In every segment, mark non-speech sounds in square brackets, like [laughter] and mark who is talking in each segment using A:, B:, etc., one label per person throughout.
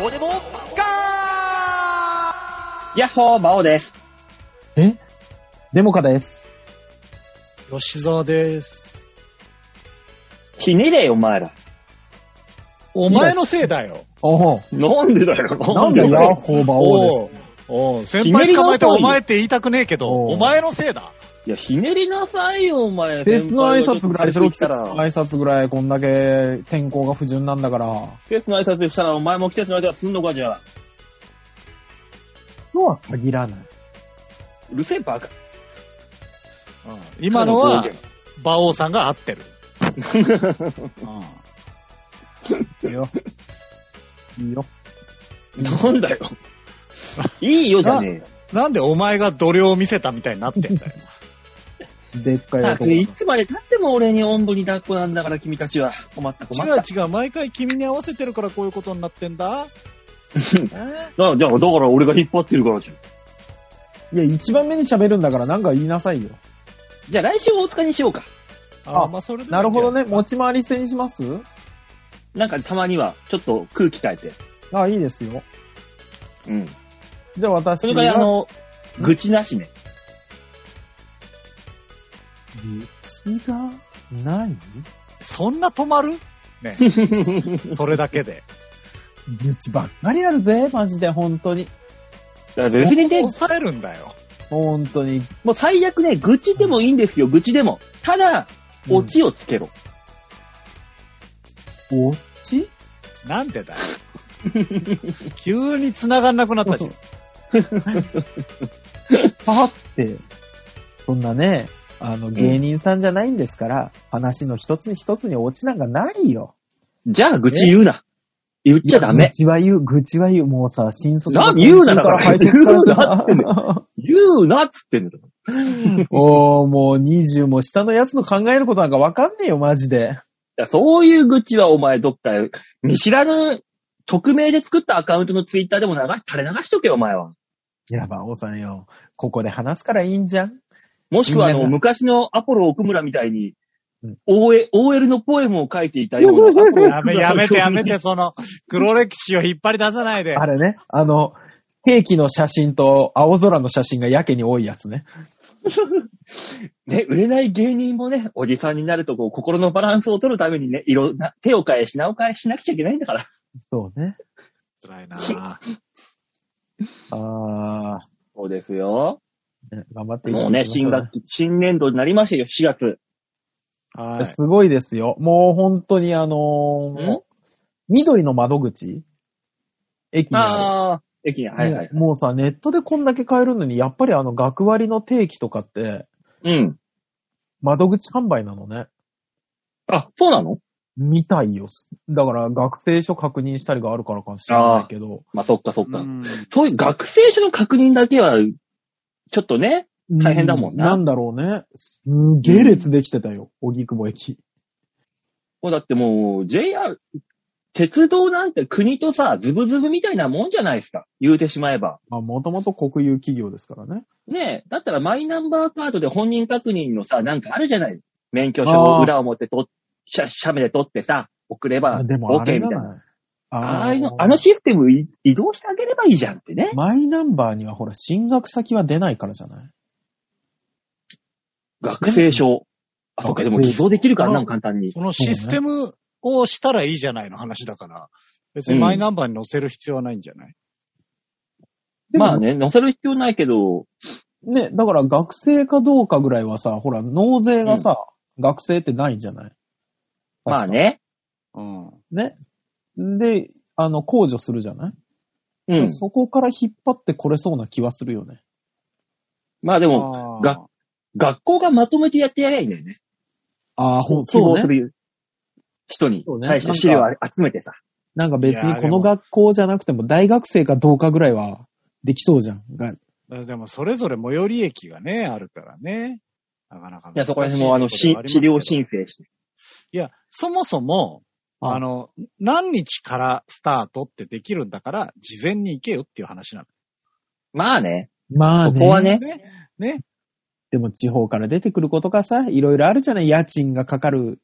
A: どうでもガ
B: ヤッホー、魔王です。
C: えデモカです。
A: ー吉沢です。
B: ひねれよ、お前ら。
A: お前のせいだよ。
C: おほ。
B: なんでだよ、
C: なんでヤッホー馬王です。
A: うおう先輩捕まえて
B: ひねりが遅いよ
A: お前って言いたくねえけど、
C: おう
A: お前のせいだ。
B: いや、ひねりなさいよ、お前。
C: フェスの挨拶ぐらいしろ、
B: 来
C: 季
B: たら
C: 節の。挨拶ぐらい、こんだけ天候が不順なんだから。
B: フェスの挨拶したら、お前も季節の挨拶すんのか、じゃあ。
C: とは限らない。
B: うるせえ、バカ。
A: 今のは、馬王さんが合 [laughs] ってる。
C: いいよ。 [laughs] いいよ。
B: なんだよ。 [laughs] いいよ、じゃね
A: なんでお前が度量を見せたみたいになってん [laughs] だよ。
C: でっか
B: え
C: い
B: よ。
C: 男。
B: いつまで経っても俺におんぶに抱っこなんだから、君たちは。困った、困
A: 違
B: った。
A: う違う、毎回君に合わせてるからこういうことになってんだ。え
B: なじゃあ、だから俺が引っ張ってるからじゃん。
C: いや、一番目に喋るんだからなんか言いなさいよ。
B: じゃあ来週大塚にしようか。
A: あ
C: あ
A: まあそれでも
C: ない
A: い
C: る
A: んじ
C: ほ
A: ゃ
C: ど
A: ない
C: ね。持ち回り制にします
B: なんかたまには、ちょっと空気変えて。
C: あ、いいですよ。
B: うん。
C: じゃあ私
B: それから、あ
C: が、
B: の、愚痴なし [laughs] ね。
C: 愚痴がない
A: そんな止まるねそれだけ [laughs] で。
C: 愚痴ばっかりあるぜ、マジで、本当に。
B: だから別にね、
A: 抑えるんだよ。
C: 本当に。
B: もう最悪ね、愚痴でもいいんですよ、愚痴でも。ただ、
C: うん
B: オチをつけろ。
C: おち
A: なんで [laughs] だよ。急に繋がんなくなったじゃん。
C: パって、そんなね、あの、芸人さんじゃないんですから、話の一つに一つに落ちなんかないよ。
B: じゃあ、愚痴言うな。言っちゃダ
C: いや
B: メ
C: 愚。痴は言う、愚痴は言う。もうさ、新卒
B: な言うなだか
C: だからら配信されてた
B: 言う言うなっつってんだよ。
C: [laughs] おー、もう20も下のやつの考えることなんかわかんねえよ、マジで。
B: いやそういう愚痴はお前どっか、見知らぬ、匿名で作ったアカウントのツイッターでも流し、垂れ流しとけよ、お前は。
C: いや、ばおさんよ。ここで話すからいいんじゃん。
B: もしくは、あ
C: みん
B: の、
C: なが
B: 昔のアポロ奥村みたいに
C: うん、
B: OL, OL のポエムを書いていたようなアポロ奥村
A: やめ、
B: [laughs]
A: やめて、やめて、その、黒歴史を引っ張り出さないで。
C: あれね、あの、兵器の写真と青空の写真がやけに多いやつね。
B: ね、売れない芸人もね、おじさんになるとこう、心のバランスを取るためにね、いろんな、手を変え、品を変えしなくちゃいけないんだから。
C: そうね。
A: 辛いなぁ
C: あ
B: そうですよ。
C: ー、ね頑張っていきまし
B: も
C: ょ
B: うね、新学期、新年度になりましたよ、4月。
A: はい。
C: すごいですよ。もう本当にあのー
B: ん
C: 緑の窓口駅にあ
B: ああ、駅に、
C: る
B: はいはい。
C: もうもうさ、ネットでこんだけ買えるのに、やっぱりあの、学割の定期とかって、
B: うん。
C: 窓口販売なのね。
B: あ、そうなの
C: みたいよ。だから、学生証確認したりがあるからかもしれないけど。
B: まあ、そっかそっか。
A: うん
B: そういう学生証の確認だけは、ちょっとね、大変だもんな
C: うなんだろうね。すんげえ列できてたよ。荻窪駅。
B: もうだってもう、JR、鉄道なんて国とさ、ズブズブみたいなもんじゃないですか。言うてしまえば。
C: まあ、もともと国有企業ですからね。
B: ねえ、だったらマイナンバーカードで本人確認のさ、なんかあるじゃない。免許証を裏を持ってと、写写メで取ってさ、送れば、
C: でも、あれ
B: OK み
C: じゃ
B: たいな。
C: ない。
B: ああいうの、あのシステムい移動してあげればいいじゃんってね。
C: マイナンバーにはほら、進学先は出ないからじゃない
B: 学生証。あ、そっか、でも偽造できるからな、簡単に。
A: そのシステムをしたらいいじゃないの話だから。別にマイナンバーに載せる必要はないんじゃない、
C: でも
B: まあね、載せる必要ないけど、
C: ね、だから学生かどうかぐらいはさ、ほら、納税がさ、学生ってないじゃない
B: まあ。ね。
A: うん、
C: ね。で、あの、控除するじゃない、
B: うん。
C: そこから引っ張ってこれそうな気はするよね。
B: まあでも、
A: あー
B: が学校がまとめてやってやりゃいいんだよね。
C: ああ、
B: 希望す。る人に
C: そうね
B: 対して資料を集めてさ。
C: なんか別
A: いや
C: に
A: ー
C: この学校じゃなくても大学生かどうかぐらいはできそうじゃん。が
A: でもそれぞれ最寄り駅がね、あるからね。なかなか難しい
B: いや、そこら辺も、あの、
A: ところ
B: し
A: ではあり
B: 資
A: ますけど
B: 料申請して。
A: いや、そもそも、
C: あ
A: あの、何日からスタートってできるんだから、事前に行けよっていう話な
B: まあね。
C: まあ
B: そ
C: ね。
B: こはね
A: の。。ね。ね。
C: でも地方から出てくることがさ、いろいろあるじゃない家賃がかかる、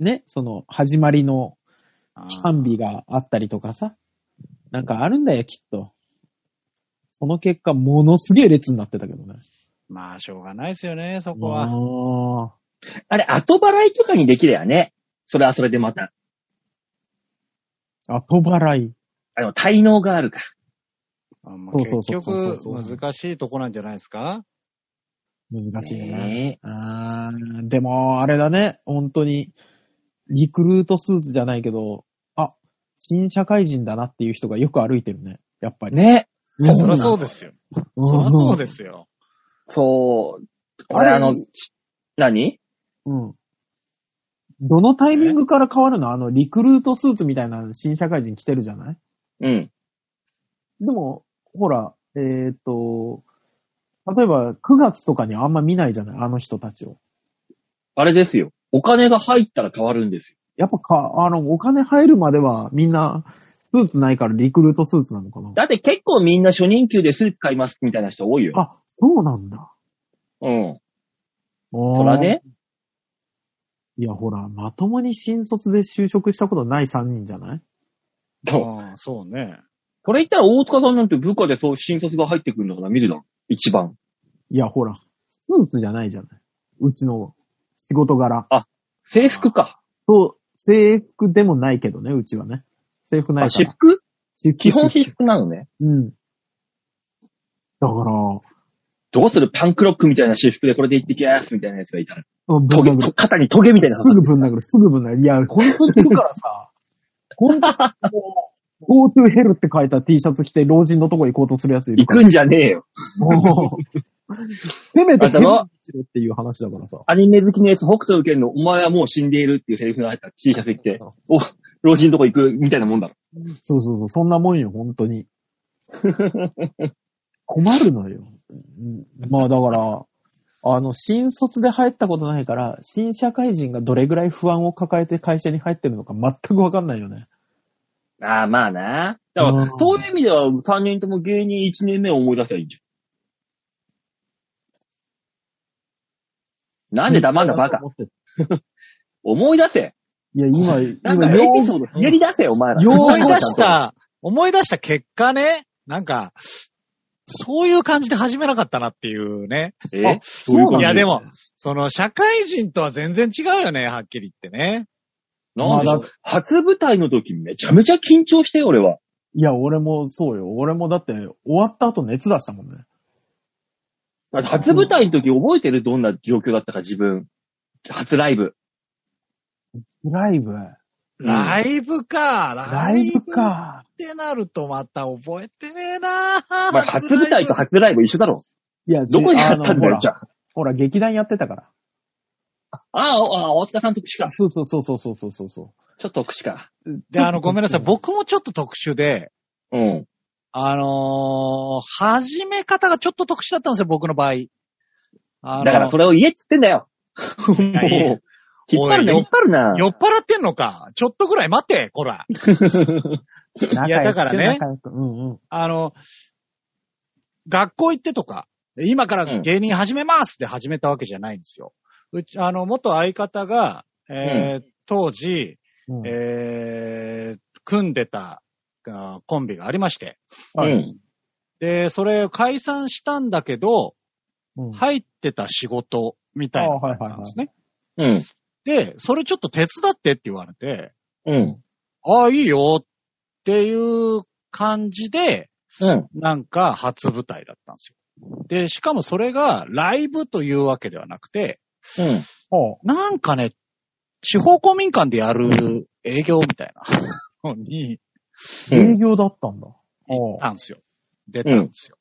C: ね、その、始まりの
A: あー
C: 賛美があったりとかさ。なんかあるんだよ、きっと。その結果、ものすげえ列になってたけどね。
A: まあ、しょうがないですよね、そこは。
C: ああ。
B: あれ、後払いとかにできればね。それはそれでまた。
C: 後払い。
B: あの、滞納があるか。
A: あまあ
C: そうそう
A: 結
C: そうそう
A: 局
C: そ、う
A: 難しいとこなんじゃないですから
C: 難しいよね。
B: ね
C: あーでも、あれだね、本当に、リクルートスーツじゃないけど、あ、新社会人だなっていう人がよく歩いてるね。やっぱり。
B: ね。
A: いやそりゃ
B: う
A: そうですよ。
C: うん
A: そりゃそうですよ。
B: そう。
C: あ
B: あ
C: れ
B: れ、あの、何
C: うん。どのタイミングから変わるのあの、リクルートスーツみたいな新社会人着てるじゃない
B: うん。
C: でも、ほら、えーっ、と、例えば9月とかにあんま見ないじゃないあの人たちを。
B: あれですよ。お金が入ったら変わるんですよ。
C: やっぱか、あの、お金入るまではみんな、スーツないからリクルートスーツなのかな
B: だって結構みんな初任給でスーツ買いますみたいな人多いよ。
C: あ、そうなんだ。
B: うん。
C: ほ
B: そら。ね。
C: いや、ほら、まともに新卒で就職したことない3人じゃない
B: そう。
A: ああそうね。
B: それ言ったら大塚さんなんて部下でそう新卒が入ってくるんだから見るな。一番。
C: いや、ほら、スーツじゃないじゃないうちの仕事柄。
B: 制服か。
C: そう、制服でもないけどね、うちはね。制服な
B: あ、
C: いか
B: 私
C: ら。
B: 服
C: 私服
B: 基本私服なのね。
C: うん。だから、
B: どうするパンクロックみたいな私服でこれで行ってきますみたいなやつがいたら。
C: ぶん
B: トゲ、
C: 殴
B: と
C: る。
B: 肩にトゲみたいなの
C: すぐぶん殴る、すぐぶん殴る。いや、本当にいるからさ、本当にもう、GoTo Hell って書いた T シャツ着て老人のとこ行こうとするやついる
B: 行
C: から。
B: くんじゃねえよ。
C: もうせめて
B: あ
C: ヘ
B: そ
C: ルメ
B: の
C: ットしろっていう話だからさ。
B: アニメ好きのやつ、北斗受けんの、お前はもう死んでいるっていうセリフの入った T シャツ着て、お、老人のとこ行くみたいなもんだろ。
C: そうそうそう、そんなもんよ、本当に。困るのよ。うんまあだから、あの、新卒で入ったことないから、新社会人がどれぐらい不安を抱えて会社に入ってるのか全くわかんないよね。
B: ああ、まあな。だか
C: う
B: ら
C: ん、
B: そういう意味では、3人とも芸人1年目を思い出せばいいんじゃん。なんで黙んだバカ。。思い出せ。
C: いや、今、今
B: なんかエピソード、ひねり出せ、お前ら。
C: よー
A: 思い出
B: ちゃ
A: し
B: んと。
A: た、思い出した結果ね、なんか、そういう感じで始めなかったなっていうね。
B: え
C: そうなんだ
A: いや、でも、その、社会人とは全然違うよね、はっきり言ってね。
B: なんでしょ
C: まあ
B: う初舞台の時めちゃめちゃ緊張して、俺は。
C: いや、俺もそうよ。俺もだって、終わった後熱出したもんね。
B: だって初舞台の時覚えてるどんな状況だったか、自分。初ライブ。
C: ライブ。
B: うん
A: ライブか、
C: ライブ
A: っ
C: か。
A: てなるとまた覚えてねえな
B: お前、初舞台と初ライブ一緒だろ。
C: いや、
B: どこにあった
C: あの
B: ん
C: ほ
B: だ
C: ら
B: よ、じゃあ。
C: ほら、劇団やってたから。
B: ああ、おあ大塚さん特殊か。
C: そうそうそうそうそうそうそう。
B: ちょっと特殊か。
A: で、あの、ごめんなさい。僕もちょっと特殊で、
B: うん。
A: あのー始め方がちょっと特殊だったんですよ、僕の場合。あの
B: だからそれを言えっつってんだよ。もう、引っ
A: やい
B: 張るな、
A: やおい
B: 引っ張るな。
A: 酔っ払ってんのか。ちょっとぐらい待て、こら。
C: い
A: やだからね
C: 仲良くうんうん。
A: あの、学校行ってとか、今から芸人始めますって始めたわけじゃないんですよ。うち、あの、元相方が、えー当時、
C: うん
A: えー組んでたあコンビがありまして。
B: う
C: はい
B: ん。
A: で、それ解散したんだけど、
C: うん
A: 入ってた仕事みたいなのがあったんですね。
B: うん。
A: で、それちょっと手伝ってって言われて、
B: うん。
A: ああ、いいよっていう感じで、
B: うん。
A: なんか初舞台だったんですよ。で、しかもそれがライブというわけではなくて、
C: ほ
A: なんかね、地方公民館でやる営業みたいな [laughs] のに
C: う
B: うん
C: 営。業だったんだ。ほ
A: 行ったんですよ。出たんですよ。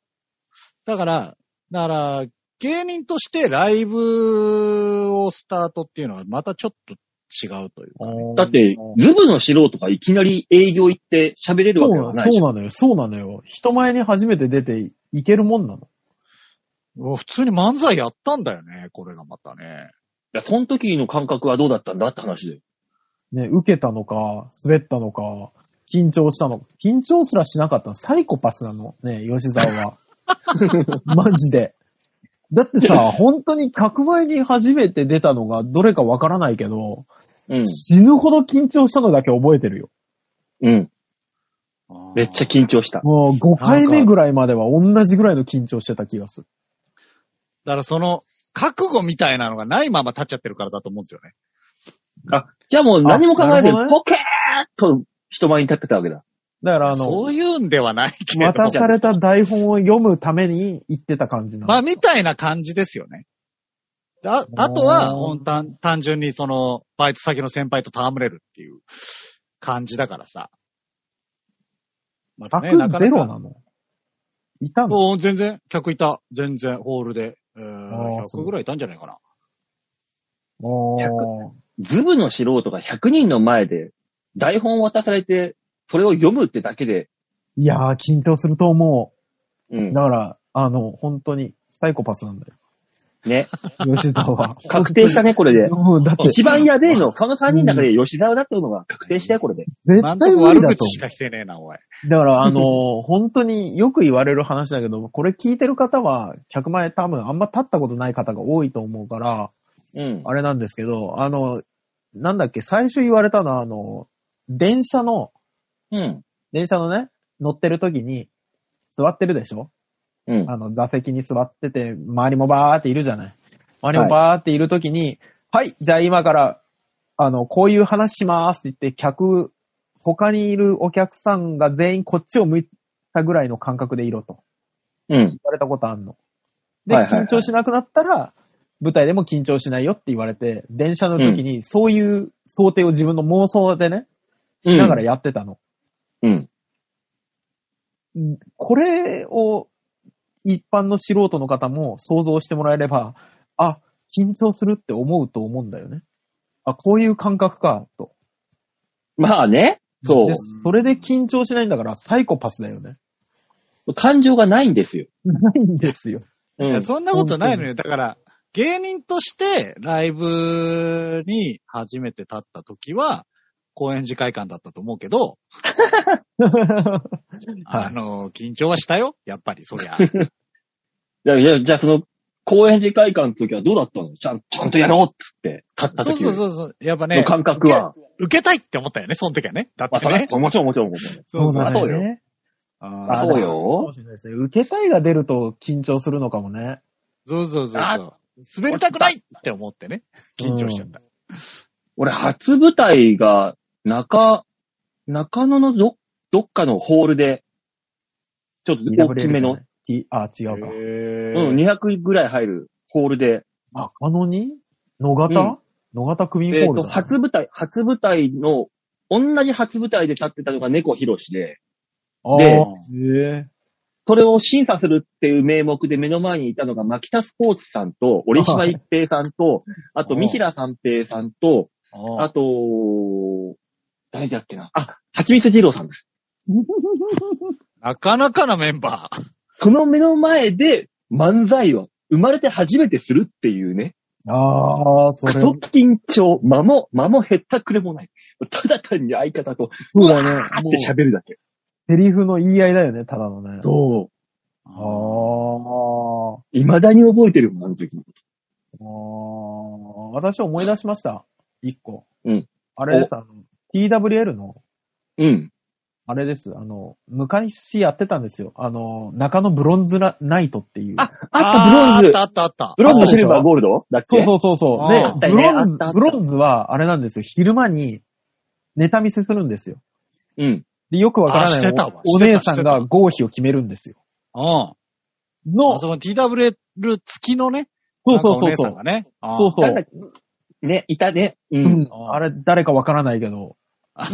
A: だから、だから、芸人としてライブをスタートっていうのはまたちょっと違うというかね、
C: う
B: だって
C: そ、
B: ズブの素人がいきなり営業行って喋れるわけは
C: う
B: ないじ
C: そ
B: ゃん。
C: うなのよ。そうなのよ。人前に初めて出ていけるもんなの。
A: 普通に漫才やったんだよね、これがまたね。
B: いや、その時の感覚はどうだったんだって話で。
C: ね、受けたのか、滑ったのか、緊張したのか。緊張すらしなかったの。サイコパスなの。ね、吉沢
A: [laughs]
C: は。マジで。だってさ、本当に100倍に初めて出たのがどれかわからないけど、
B: うん。
C: 死ぬほど緊張したのだけ覚えてるよ。
B: うん。めっちゃ緊張した。
C: もう5回目ぐらいまでは同じぐらいの緊張してた気がする。
A: だからその、覚悟みたいなのがないまま立っちゃってるからだと思うんですよね。
B: あ、じゃあもう何も考えて
C: あなるほどね
B: ポケーっと人前に立ってたわけだ。
C: だからあの
A: そ、ういうんではないけれど
C: 渡
A: も。
C: された台本を読むために行ってた感じなの。
A: まあ、みたいな感じですよね。ああとは、
C: おー
A: ほん単単純にその、バイト先の先輩と戯れるっていう感じだからさ。また
C: 客
A: ね、
C: ゼ
A: なかな
C: ロ
A: か。
C: なのいたの
A: もう全然、客いた。全然、ホールで。えー、
C: あーそう
A: 100ぐらいいたんじゃないかな。
C: おー
B: ズブの素人が100人の前で台本を渡されて、それを読むってだけで、
C: いやー、緊張すると思
B: う
C: う。
B: ん
C: だ。から、あの、本当に、サイコパスなんだよ。
B: ね。
C: 吉沢は。
B: 確定したね、これで。
C: もうだって、絶
B: 一番やべえの、その3人の中で吉沢だったのが確定したよ、これで。
A: 今んと
C: 対
A: こ
C: 無理
A: 悪
C: だと
A: 口しか来てねえな、おい。
C: 思う。だから、あの、本当によく言われる話だけど、これ聞いてる方は、100万円多分あんま立ったことない方が多いと思うから、
B: うん。
C: あれなんですけど、あの、なんだっけ、最初言われたのは、あの、電車の、
B: うん。
C: 電車のね、乗ってる時に、座ってるでしょ
B: うん。
C: あの、座席に座ってて、周りもバーっているじゃない。周りもバーっている時に、はい、じゃあ今から、あの、こういう話しますって言って、客、他にいるお客さんが全員こっちを向いたぐらいの感覚でいろと
B: うん
C: 言。われたことあんの。で、
B: はいはいはい
C: 緊張しなくなったら、舞台でも緊張しないよって言われて、電車の時にそういう想定を自分の妄想でね、しながらやってたの。
B: うん。
C: これを一般の素人の方も想像してもらえれば、あ、緊張するって思うと思うんだよね。あ、こういう感覚か、と。
B: まあね。そ
C: でそれで緊張しないんだからサイコパスだよね。
B: う。感情がないんですよ。
C: ないんですよ。
B: う
A: いや
B: ん。
A: そんなことないのよ。だから、芸人としてライブに初めて立った時は、公演寺会館だったと思うけど、あの、緊張はしたよ。やっぱり、そ
B: [laughs]
A: りゃ。
B: じゃあ、じゃあじゃあその、公演次会館の時はどうだったのちゃん、ちゃんとやろうっつって、立った
A: そう
B: 時
A: そう
B: の
A: そうそう。やっぱね、
B: 感覚は。
A: 受けたいって思ったよね、その時はね。だっ
B: まあ、
A: て
B: それ
A: ね。
B: はもちろんもちろんもちろん。
A: そうそう
B: だねそうよ
C: ね。
A: あ
B: あ
A: ー
B: そうよ
C: かもしれないですね。受けたいが出ると緊張するのかもね。
A: そうそうそう
B: あ
A: そう。滑りたくないって思ってね。緊張しちゃった。
B: 俺、初舞台が、中、中野のど、どっかのホールで、ちょっと大きめの、。
C: T、あ、違うか。
B: うん、200ぐらい入るホールで、
C: あ、あのに野方、
B: うん
C: 野方区民ホー
B: えっ、
C: ル
B: と、
C: じゃない
B: 初舞台、初舞台の、同じ初舞台で立ってたのが猫ひろしで、
C: あー
B: で
C: へえ
B: それを審査するっていう名目で目の前にいたのが、牧田スポーツさんと、折島一平さんと、あと、三平三平さんと、あ
A: あ
B: と、誰だっけな。あ、蜂蜜二郎さんだ。
A: なかなかなメンバー。
B: その目の前で漫才を生まれて初めてするっていうね、
C: ああ、そ
B: ク
C: れ。
B: ソ緊張、間も、間も減ったくれもない。ただ単に相方と、
C: そうだね。
B: あっ
C: もう
B: て喋るだけ。
C: セリフの言い合いだよね、ただのね。
B: そう。
C: あー
B: 未だに覚えてるもん、あの時のこ
C: あー。私思い出しました。一個。
B: うん。
C: あれです、あの、TWL の、
B: と。うん。
C: あれです、あの、昔やってたんですよ。あの、中野ブロンズラナイトっていう。
B: あ、あった、ブロンズ。
A: あったあったあった。
B: ブロンズ、シルバー、ゴールドだっけ
C: そうそうそうそう。
A: あー
C: で
A: あっ、
B: たよ
C: ブ
B: ね
C: ロン
B: あったあった
C: ズ、ブロンズは、あれなんですよ。昼間に、ネタ見せするんですよ。
B: うん。
C: で、よくわから
A: あしてた
C: な
A: わ
C: いおお
A: してた
C: 姉さんが合否を決めるんですよ。
A: うん。
C: の、
A: あ
C: そ
A: そこ TWL 付きのね。
C: うそうそうそ
A: なんかお姉さん
C: う。
A: がね。あー
C: そうそう
B: なんだっけね、いたね。う。
C: うんんあれ、誰かわからないけど、
A: [laughs] あ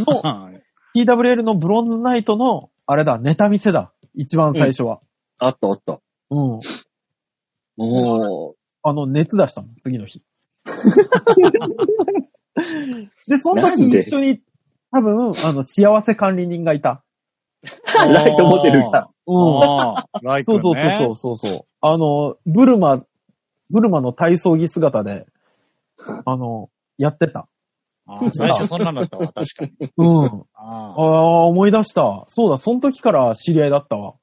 C: TWL のブロンズナイトの、あれだ、ネタ見せだ。一番最初は。
B: あった、あった。
C: うん。
B: も
C: あの、熱出したもん、次の
B: [laughs]
C: 日。で、その時
B: なんで
C: 一緒に、多分、あの、幸せ管理人がいた。
B: う、 [laughs] ライトモデルが。
C: うん。
A: あーライト
C: そう
A: ね。
C: そうそうそうそうそう。あの、ブルマ、ブルマの体操着姿で、あの、やってた。
A: あー最初そんなのだったわ、
C: [laughs]
A: 確かに。
C: うん。あ
A: あー
C: あー、思い出した。そうだ、その時から知り合いだったわ。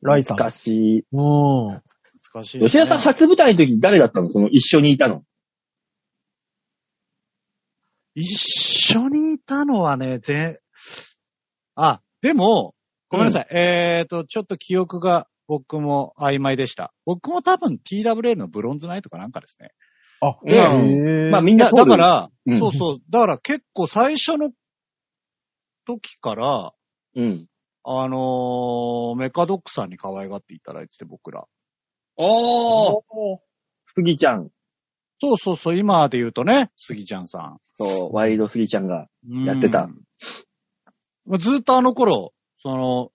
C: ライさん。
B: 懐かしい。
C: うん。
A: 懐かしいね。
B: 吉田さん、初舞台の時誰だったのその、一緒にいたの。
A: 一緒にいたのはね、全、あ、でも、ごめんなさい。えっと、ちょっと記憶が僕も曖昧でした。僕も多分 TWL のブロンズナイトかなんかですね。
C: あ、
B: うんまあみん
A: い
B: な
A: や、
B: 通る
A: だか、ら、
B: うん
A: そうそう。だから結構最初の時から、
B: うん。
A: あのーメカドックさんに可愛がっていただいてて、僕ら。
B: おー、スギちゃん。
A: そうそうそう、今で言うとね、杉ちゃんさ
B: そう、ワイルドスギちゃんが。
A: ん。うん
B: やってた。
A: まあずっとあの頃、その、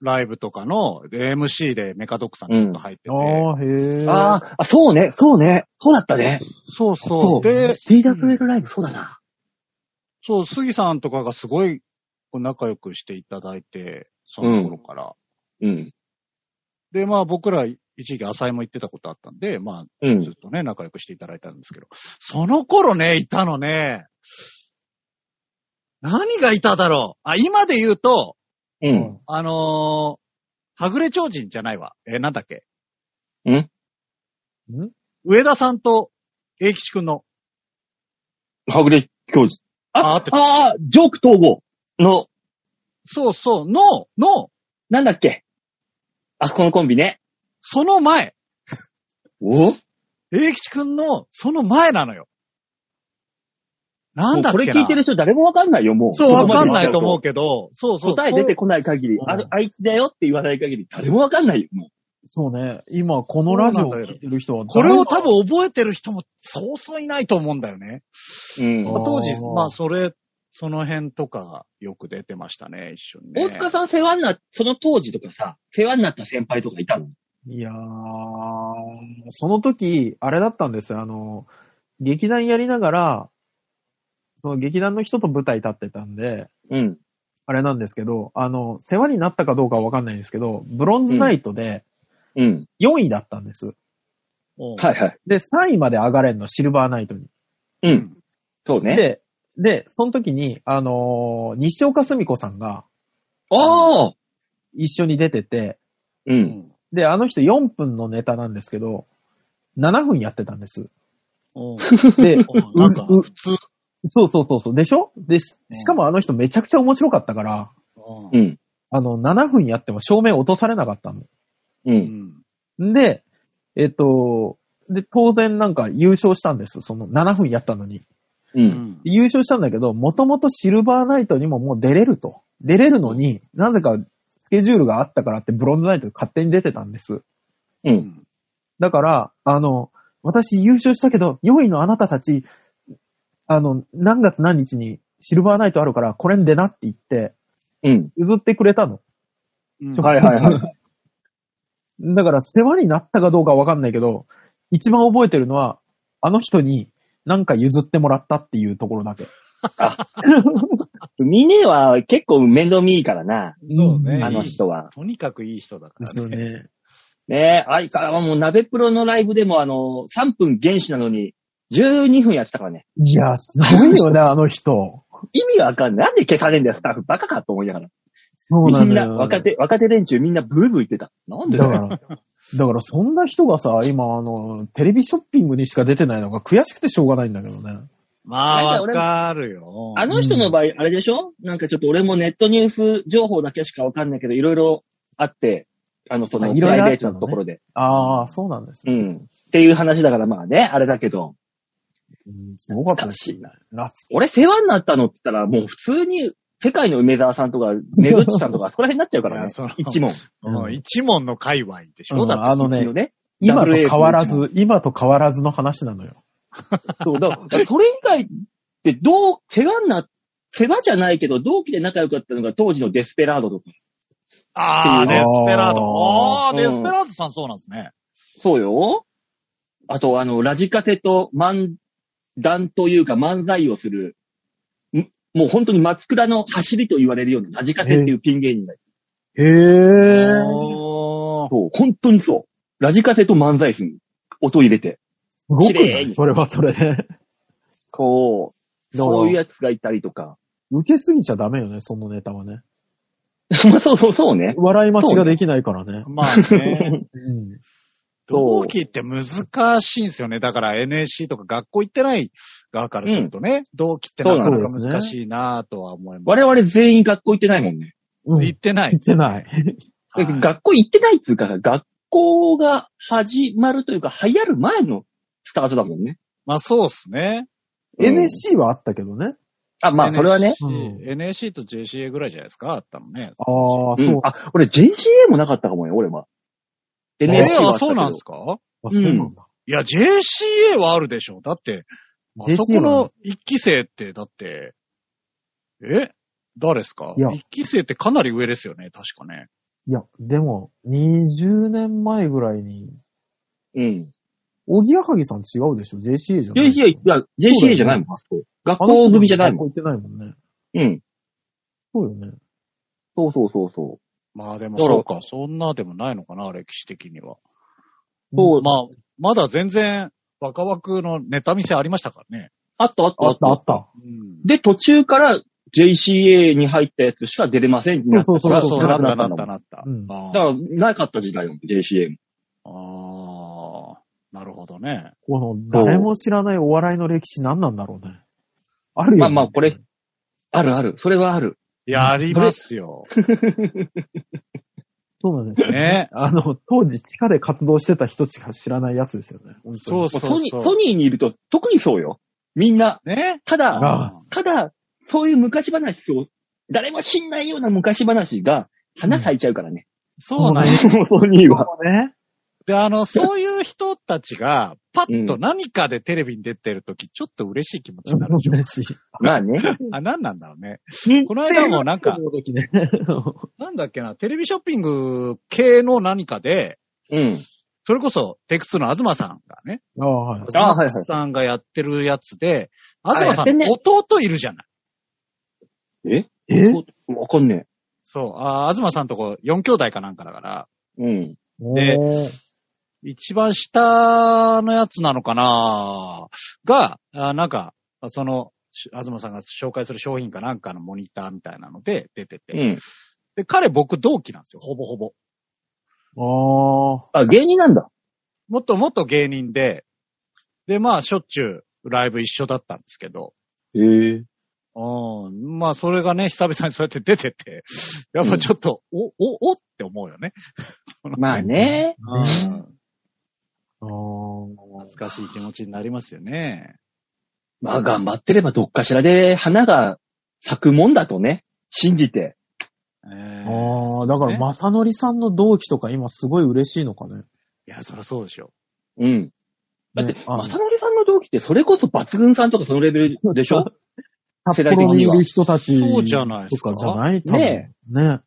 A: ライブとかの MC でメカドックさんちょっと入ってて、
C: ああ、へえ。
B: あーあ、そうね、そうね、そうだったね。
A: そうそう。で、
B: TWL ライブ、そうだな。
A: そう、杉さんとかがすごいこう仲良くしていただいて、その頃から。
B: うん。
A: で、まあ僕ら一時期浅井も行ってたことあったんで、ま
B: う
A: あず
B: ん
A: っ。とね、仲良くしていただいたんですけど、その頃ね、いたのね、何がいただろうあ、今で言うと、
B: う。。
C: うん
A: あのーはぐれ超人じゃないわ。えーなんだっけ
C: ん
A: 上田さんと英吉くんの。
B: はぐれ教授。
A: あ合
B: あ
A: って、
B: あー、ジョーク統合の、
A: そうそう、の、の、
B: なんだっけあ、このコンビね。
A: その前。
B: お
A: 英吉くんの、その前なのよ。なんだっけ
B: こ
A: な
B: れ聞いてる人誰もわかんないよ、もう。
A: そう、わかんないと思う
B: う。
A: けど、そうそう。
B: 答え出てこない限り
C: う、ん
B: あのあいつだよって言わない限り、誰もわかんないよ、も
C: そうね。今、このラジオを聞いてる人は
A: これ
C: 誰
A: を
C: も
A: 多分覚えてる人もそうそういないと思うんだよね。
B: う。うん
A: まあ当時
C: あ、ー
A: まあそれ、その辺とかがよく出てましたね、一緒にね。
B: 大塚さん世話になっ、その当時とかさ、世話になった先輩とかいたの
C: いやー、その時、あれだったんですよ。あの、劇団やりながら、その劇団の人と舞台立ってたんで、
B: うん。
C: あれなんですけど、あの、世話になったかどうかはわかんないんですけど、ブロンズナイトで
B: うん。
C: 4位だったんです。
A: うん
B: はいはい。
C: で、3位まで上がれんの、シルバーナイトに。
B: うん。そうね。
C: で、で、その時に、あのー西岡澄子さんが
B: ああ
C: 一緒に出てて、
B: う。
A: うんん
C: で、あの人4分のネタなんですけど、7分やってたんです。
A: うん
C: で、
A: [laughs] うんなんか、
C: う
A: 普通。
C: そうそうそうそう。でしょで、し
A: うん
C: しかもあの人めちゃくちゃ面白かったから、
A: うん
B: うん。
C: あの、7分やっても照明落とされなかったの。
B: う。
A: うんん
C: んで、えっと、で、当然なんか優勝したんです。その7分やったのに。
B: う。
A: うんん
C: 優勝したんだけど、もともとシルバーナイトにももう出れると。出れるのに、なぜかスケジュールがあったからってブロンズナイト勝手に出てたんです。
B: う。
A: うんん
C: だから、あの、私優勝したけど、4位のあなたたち、あの、何月何日にシルバーナイトあるから、これに出なって言って、
B: うん。
C: 譲ってくれたの。
A: うん
B: はいはい [laughs] はい。
C: だから、世話になったかどうかわかんないけど、一番覚えてるのは、あの人になんか譲ってもらったっていうところだけ。
B: ミネは結構面倒見いいからな、
A: そうね。
B: あの人は。
A: とにかくいい人だからね。
C: ね。
B: ねえ、相変わらずもう鍋プロのライブでもあの、3分原始なのに、12分やってたからね。
C: いや、すごいよね、あの人。
B: 意味わかんない。なんで消されんだよ、スタッフ。バカかと思いながら。
C: そうな
B: み
C: ん
B: ん
C: だ
B: な、
C: よ。
B: 若手、若手連中みんなブーブー言ってた。なんで
C: だ
B: だ
C: か
B: よ。
C: ら、だからそんな人がさ、今、あの、テレビショッピングにしか出てないのが悔しくてしょうがないんだけどね。
A: まあ、
B: 大体
A: わ
B: 俺
A: かるよ。
B: あの人の場合、あれでしょなんかちょっと俺もネットニュース情報だけしかわかんないけど、いろいろあって、あの、そ
C: あ
B: の、
C: い
B: プ
C: ろいろあったのね
B: ライベートのところで。
C: ああ、そうなんです
B: う
C: ね。
B: ん。っていう話だからまあね、あれだけど。
C: うんすごかったです。
B: 懐
C: 夏。
B: 俺世話になったのって言ったら、もう普通に、世界の梅沢さんとか、めぐっちさんとか、そこら辺になっちゃうか
A: い
B: ら
A: や
B: ね
A: その。
B: 一問。
A: うん一問の界隈でし
C: う
A: ょ
C: ん
A: だって
C: あのね
B: 一応ね。
C: 今と変わら
B: ダブ
C: ず、今と変わらずの話なのよ。
B: そう、だから、それ以外ってどう、世話にな、世話じゃないけど、同期で仲良かったのが当時のデスペラードとか。
A: ああ、デスペラード。あ
C: あ
A: あ、
B: ー
A: デスペラードさんそうなんですね。
B: そうよ。あと、あの、ラジカセと漫談というか漫才をする、んもう本当に松倉の走りと言われるようなラジカセっていうピン芸人がいる。
C: へえ。
A: おー
B: そう、本当にそう。ラジカセと漫才する。音入れて。
C: すごく
B: 綺
C: な
B: 麗
C: い
B: に
C: それはそれで。
B: こう、
C: だから
B: そういうやつがいたりとか。 [laughs]
C: 受けすぎちゃダメよね、そのネタはね。
B: そうそうそうね。
C: 笑い待ちができないからね。
A: まあ
B: [laughs]
A: ね。
C: うん。
B: そう
A: 同期って難しいんですよね。だから NSC とか学校行ってない側からするとね、同期ってなかなか難しいなぁとは思います。
B: 我々全員学校行ってないもんね。
C: うん。
A: 行
C: 行
A: ってない
C: っ。てない。
A: はい
B: 学校行ってないっつうから、学校が始まるというか、流行る前のスタートだもんね。
A: まあそうっすね。
B: うん
C: NSC はあったけどね。
B: あ、まあ、それはね。
C: うん
A: NSC と JCA ぐらいじゃないですか、あったのね。
C: ああ、
B: う
C: そ
B: ん
C: う。あ、
B: あ、俺 JCA もなかったかもよ、俺は。
A: え
B: NSC はあったけど
A: あ、そうなんですか
C: そうなんだ。
A: いや、JCA はあるでしょ。だって、あそこ
C: JCA は
A: の一期生って、だって、え誰ですか
C: いや
A: 一期生ってかなり上ですよね、確かね。
C: いや、でも、20年前ぐらいに、
B: うん。
C: おぎやはぎさん違うでしょ ?JCA じゃない
B: JCA、いや、JCA じゃないもん、あそこ。学
C: あの人
B: 校組じゃないもん。
C: 学校行ってないもんね。
B: うん。
C: そうよね。
B: そうそうそうそう。
A: まあでも
B: だから
A: そうか、そんなでもないのかな、歴史的には。
B: そう、
A: まあ、まだ全然、若枠のネタ見せありましたからね。
B: あったあった
C: あったあった。
A: うん。
B: で、途中から JCA に入ったやつしか出れませんになった
C: そうそうそう
A: そう、
B: な
A: なっ
B: ったな
A: たな
B: っ
A: った
B: な。
A: たなった。
C: うん
A: あ
B: だ
A: ー
B: から、なかった時代よ、JCA も。
A: あー、なるほどね。
C: この、誰も知らないお笑いの歴史何なんだろうね。あるよ、ね。
B: まあまあ、これ、あるある。それはある。
A: いや、ありますよ。
C: そうなんですよ。
A: ね。
C: [laughs] あの、当時地下で活動してた人しか知らないやつですよね。本当に
A: そう
B: もう
A: そ
B: ソ
A: う
B: ニー、
A: そ
B: ソニーにいると特にそうよ。みんな。
A: う。ね。
B: ただ、
C: あ
B: ただ、そういう昔話を、誰も知んないような昔話が、花咲いちゃうからね。
A: そうなんです
B: もう [laughs] ソニー
C: [laughs]
B: は。
C: そうね。
A: で、あの、そういう人たちが、パッと何かでテレビに出てるとき、ちょっと嬉しい気持ち [laughs] になるでしょ。
C: 嬉しい。
B: まあね。
A: あ、なんなんだろうね。この間
C: [laughs]
A: もなんか
C: そ、の時ね。
A: なんだっけな、テレビショッピング系の何かで、
B: うん。
A: それこそ、テクスの東さんがね、
C: ああ、はい。
B: あはいはい
A: 東さんがやってるやつで、
B: あ
A: 東さ
B: やってん
A: ん、
B: ね
A: 弟いるじゃない。
B: え
C: え
B: わかんね
A: そう、あ東さんとこ4兄弟かなんかだから、
B: え。うん。
A: で
C: おー
A: 一番下のやつなのかなが、あなんか、その、し東さんが紹介する商品かなんかのモニターみたいなので出てて、
B: うん。
A: で、彼僕同期なんですよ、ほぼほぼ。
C: ああ。
B: あ、芸人なんだ。
A: もっともっと芸人で、で、まあ、しょっちゅうライブ一緒だったんですけど、
B: へえ。
A: うん、まあ、それがね、久々にそうやって出てて、やっぱちょっと、お、お、おって思うよね。
B: まあね。
A: う
C: ね
A: ん
C: あ
A: 懐かしい気持ちになりますよね。
B: まあ頑張ってればどっかしらで花が咲くもんだとね。信じて。
A: え
C: あ。
A: ー
C: ああ、だから、
A: ね
C: まさのりさんの同期とか今すごい嬉しいのかね。
A: いや、そりゃそうでしょ。
B: うん。だ
C: ね
B: って、
C: あの
B: まさのりさんの同期ってそれこそ抜群さんとかそのレベルでしょ世代的
C: に
B: に
C: い
B: は
C: る人たち
A: そうじゃないで
C: と
A: すか
C: かじゃない多分
B: ね
C: ね。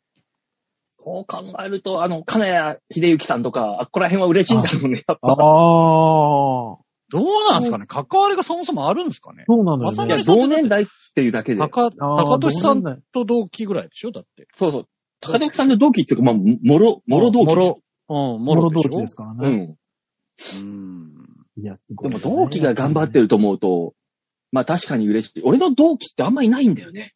B: そう考えると、あの、金谷秀幸さんとか、あっこら辺は嬉しいんだろうね。やっ
C: ああ、
B: ぱ。
C: そ
A: どうなんですかね関わりがそもそもあるんですかね
C: うなのよ
A: まさ
B: い
A: の
B: や、
A: り
C: ね。
B: 同年代っていうだけで。
A: 高、
C: あー
A: 高俊さん
C: どうなんだ
A: と同期ぐらいでしょだって。
B: そうそう。高田さんの同期っていうか、まあ、ももろ、もろ同期。
A: もろ。うん、も
C: もろ
A: ろ
C: 同
A: でし
C: 期
A: ょ
C: ですから
B: う
C: ね。
B: ん。
A: うん。
C: いや、
B: でも同期が頑張ってると思うと、まあ確かに嬉しい。俺の同期ってあんまいないんだよね。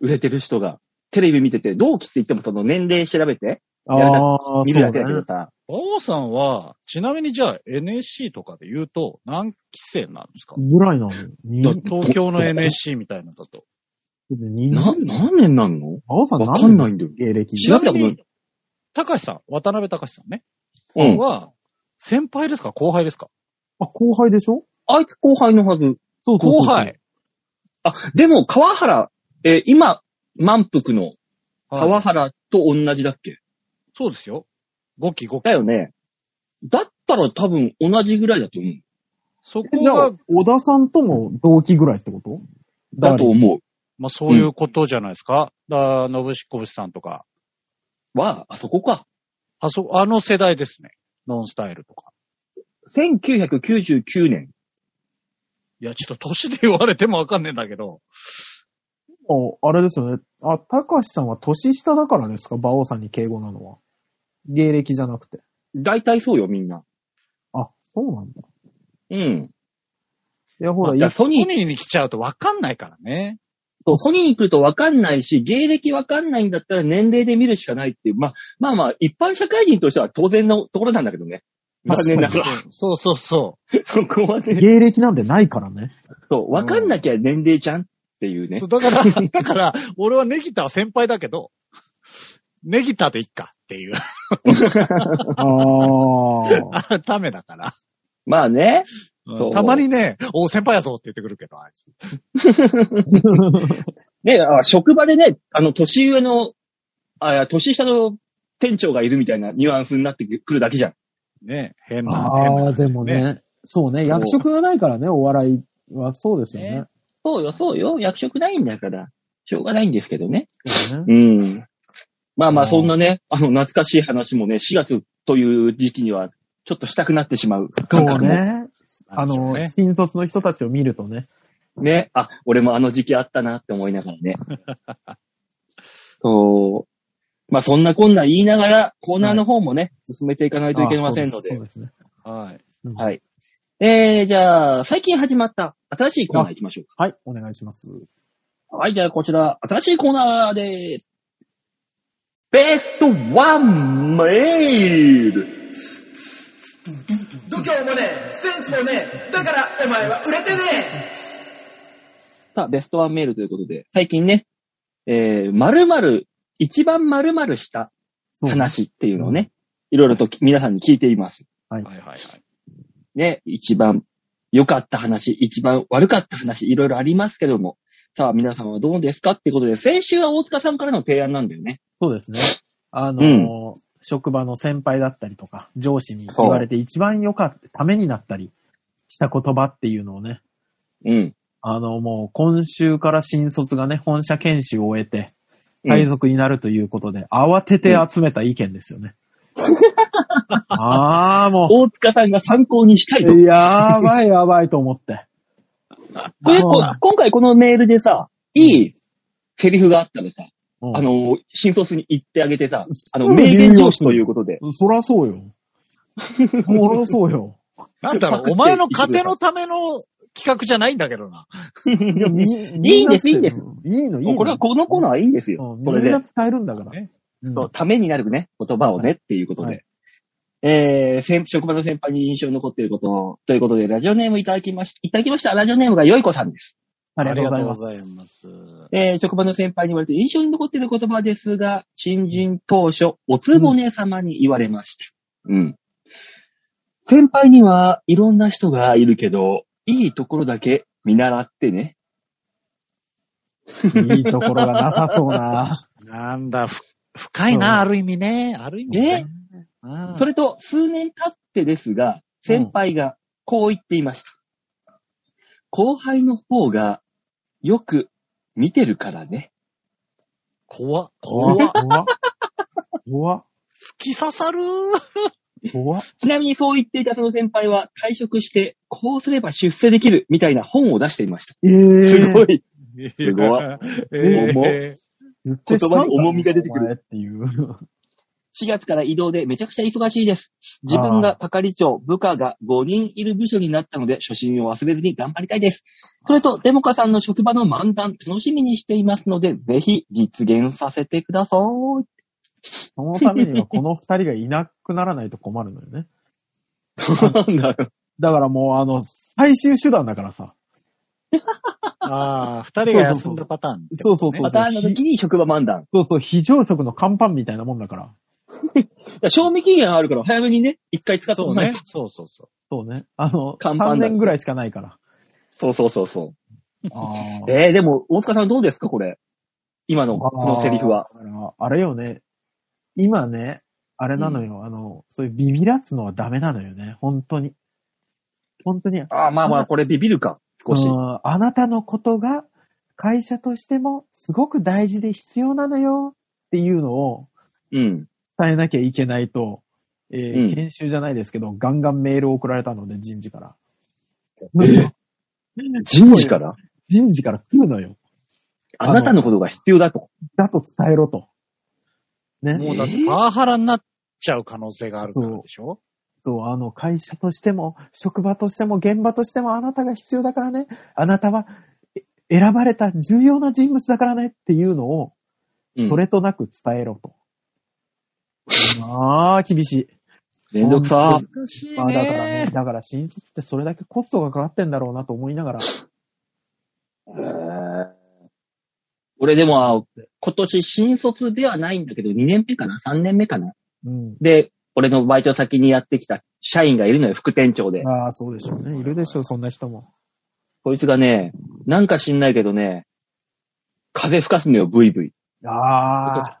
B: 売れてる人が。テレビ見てて、同期って言ってもその年齢調べて、
C: ああ、
B: 見
C: そ
B: るだ
C: うだ
B: け
C: ね
B: だけどさ。
A: 馬王さんは、ちなみにじゃあ NSC とかで言うと、何期生なんですか
C: ぐらいなのよ。に
B: だ
A: 東京の NSC みたいなの
C: [laughs]
A: だと。
C: に
B: な、何年なんの
C: あおさん
B: わかんないんだよ
C: 芸歴。
A: ちなみ
B: 調べたことな
A: に、高橋さん、渡辺高橋さんね。
B: うん。
A: は、先輩ですか後輩ですか
C: あ、後輩でしょ
B: あいつ後輩のはず。
C: そうそうそう
A: 後輩。
B: あ、でも川原、えー今、満腹の
A: は
B: 川
A: い
B: 原と同じだっけ
A: そうですよ。5期5期。
B: だよね。だったら多分同じぐらいだと思う。
A: そこ
C: えじゃあ
A: が、、
C: 小田さんとも同期ぐらいってこと
B: だと思
A: まあそういうことじゃないですか。だから、のぶしこぶしさんとか。
B: う。は、あそこか。
A: あそ、あの世代ですね。ノンスタイルとか。
B: 1999年。
A: いや、ちょっと年で言われてもわかんねえんだけど。
C: ああれですよね。あ、たかしさんは年下だからですか馬王さんに敬語なのは。芸歴じゃなくて。
B: 大体そうよ、みんな。
C: あ、そうなんだ。
B: うん。
C: いや、ほら、
B: いや、ソ
A: ソニ
B: ニー、
A: ーに来ちゃうとわかんないからね。
B: そうソニーに来るとわかんないし、芸歴わかんないんだったら年齢で見るしかないっていう。まあ、まあまあ、一般社会人としては当然のところなんだけどね。残念ながら。
A: そうそうそ
B: そこはね。
C: 芸歴なんてないか
B: [laughs]
C: らね。
B: そう、わかんなきゃ年齢じゃんっていう
A: う。 [laughs]
B: ね。
A: だから、だから、俺はネギタは先輩だけど、ネギ食べいっかっていう、
C: ああ。
A: あためだから。
B: まあね。
A: うん
B: そう
A: たまにね、お、先輩やぞって言ってくるけど、あいつ。
B: [laughs] ね、あ職場でね、あの、年上の、あ年下の店長がいるみたいなニュアンスになってくるだけじゃん。
A: ね、変な。変
C: あ
A: な
C: あ、でもね。そうね。役職がないからね、お笑いはそうですよね。
B: そうよ、そうよ。役職ないんだから、しょうがないんですけどね。
C: そうね
B: うん。まあま
C: あ
B: あ、
C: ー
B: そんなね、あの、懐かしい話もね、4月という時期には、ちょっとしたくなってしまう
C: そ
B: 感
C: う
B: 覚も。ね。
C: ね。あ
A: なんでしょう
C: の、
A: ね
C: 新卒の人たちを見るとね。
B: あ、俺もあの時期あったなって思いながら
C: [laughs]
B: ね。そう。まあ、そんなこんな言いながら、コーナーの方もね、進めていかないといけませんので。
C: あそうですそうですね。
A: はい。
C: うん
B: はいえー、じゃあ、最近始まった新しいコーナー行きましょう
C: はい、お願いします。
B: か。はい、じゃあこちら、新しいコーナーでーす。ベストワンメール
D: 度胸もねえセンスもねえだからお前は売れてね
B: さあ、ベストワンメールということで、最近ね、えー、〇〇、一番〇〇した
C: そう
B: 話っていうのをね、いろいろと皆さんに聞いています。
A: はいはいはい。
B: ね、一番良かった話、一番悪かった話、いろいろありますけども、さあ、皆さんはどうですかってことで、先週は大塚さんからの提案なんだよね。
C: そうですね。あのー、職場の先輩だったりとか、上司に言われて一番良かった、ためになったりした言葉っていうのをね、
B: うん。
C: あの、もう今週から新卒がね、本社研修を終えて、
B: うん
C: 配属になるということで、慌てて集めた意見です
B: [laughs]
C: よね。あーも
B: 大塚さんが参考にしたいと。
C: う、やばいやばいと思って。
B: これ、
C: あ
B: こ今回このメールでさ、いいセリフがあったらさ、
C: うん
B: あの、新卒に言ってあげてさ、あの、
C: うん
B: 名言上司ということ
C: [laughs]
B: で。
C: そらそうよ。そらそうよ。
A: なんだろう、お前の糧のための企画じゃないんだけどな。
C: [laughs] いやみ
B: いいんです
C: みな
B: です
C: いいの、いいの。
B: これは、このコーナーはいいんですよ
C: う。ん
B: こ
C: み
B: れ
C: ん
B: で
C: な。伝えるんだから。
A: ね
C: うん
B: そうためになるね、言葉をね、っていうことで。
C: はい
B: えー先、職場の先輩に印象に残っていること、ということで、ラジオネームいただきまし、いただきました。ラジオネームがよいこさんです。
C: ありがとうご
A: あ
C: ざい
A: り
C: ま
A: が
C: す。
A: とうございます。
B: えー職場の先輩に言われて印象に残っている言葉ですが、新人当初、おつぼね様に言われました。うん。先輩にはいろんな人がいるけど、いいところだけ見習ってね。
C: いいところがなさそう [laughs] な。
A: なんだ、ふ深いな、ある意味ね。ある意味ね。うん
B: それと、数年経ってですが、先輩がこう言っていました。後輩の方がよく見てるからね。
A: 怖っ。怖
C: 怖
A: っ
C: っ。怖っ。怖っ。
A: 突き刺さる
C: 怖っ。
B: ちなみにそう言っていたその先輩は退職して、こうすれば出世できるみたいな本を出していました。
C: えー
B: すごい。
A: す
B: ごい。
A: え
B: 重っ
A: ー
C: 言
B: 言葉に重みが出てくる
C: る。っていう。
B: 4月から移動でめちゃくちゃ忙しいです。自分が係長、部下が5人いる部署になったので、初心を忘れずに頑張りたいです。それと、デモカさんの職場の漫談、楽しみにしていますので、ぜひ実現させてください。
C: そのためにはこの二人がいなくならないと困るのよね。
B: なんだろ
C: だからもう、あの、最終手段だからさ。
A: ああ、二人が休んだパターン、
C: そうそうそう
B: う。パターンの時に職場漫談。
C: そうそう、非常食の乾パンみたいなもんだから。
B: いや賞味期限あるから早めにね、一回使って
A: そ
B: も
A: う
B: ない
A: ね。。そうそうそ
C: そうね。あの、
B: 乾パン
C: 3
B: だ
C: 年ぐらいしかないから。
B: そうそうそうそ
C: あ
B: う。えー、でも、大塚さんどうですかこれ。今の、このセリフは。。
C: だからあれよね。今ね、あれなのよ。あの、そういうビビらすのはダメなのよね。本当に。本当に。
B: ああ、まあまあ、これビビるか。少し
C: う。んあなたのことが会社としてもすごく大事で必要なのよっていうのを
B: うん。
C: 伝えなきゃいけないと、えー
B: うん
C: 研修じゃないですけど、ガンガンメールを送られたので、人事から。
B: 人事から
C: 人事から来るのよ。
B: あなたのことが必要だと。
C: だと伝えろと。ね
A: う。。もうだってパワハラになっちゃう可能性があるからでしょ
C: そう、あの、会社としても、職場としても、現場としても、あなたが必要だからね。あなたは、え選ばれた重要な人物だからねっていうのを、
B: うん
C: それとなく伝えろと。まあ、厳しい。
B: めんどくさ。
A: 難しいね。
C: まあ、だからね、だから新卒ってそれだけコストがかかってんだろうなと思いながら。
B: えー俺でも、今年新卒ではないんだけど、2年目かな ?3 年目かな
C: うん。
B: で、俺のバイト先にやってきた社員がいるのよ、副店長で。
C: ああ、そうでしょうね。いるでしょう、そんな人も。
B: こいつがね、なんか知んないけどね、風吹かすのよ、ブイブイ。
C: ああ。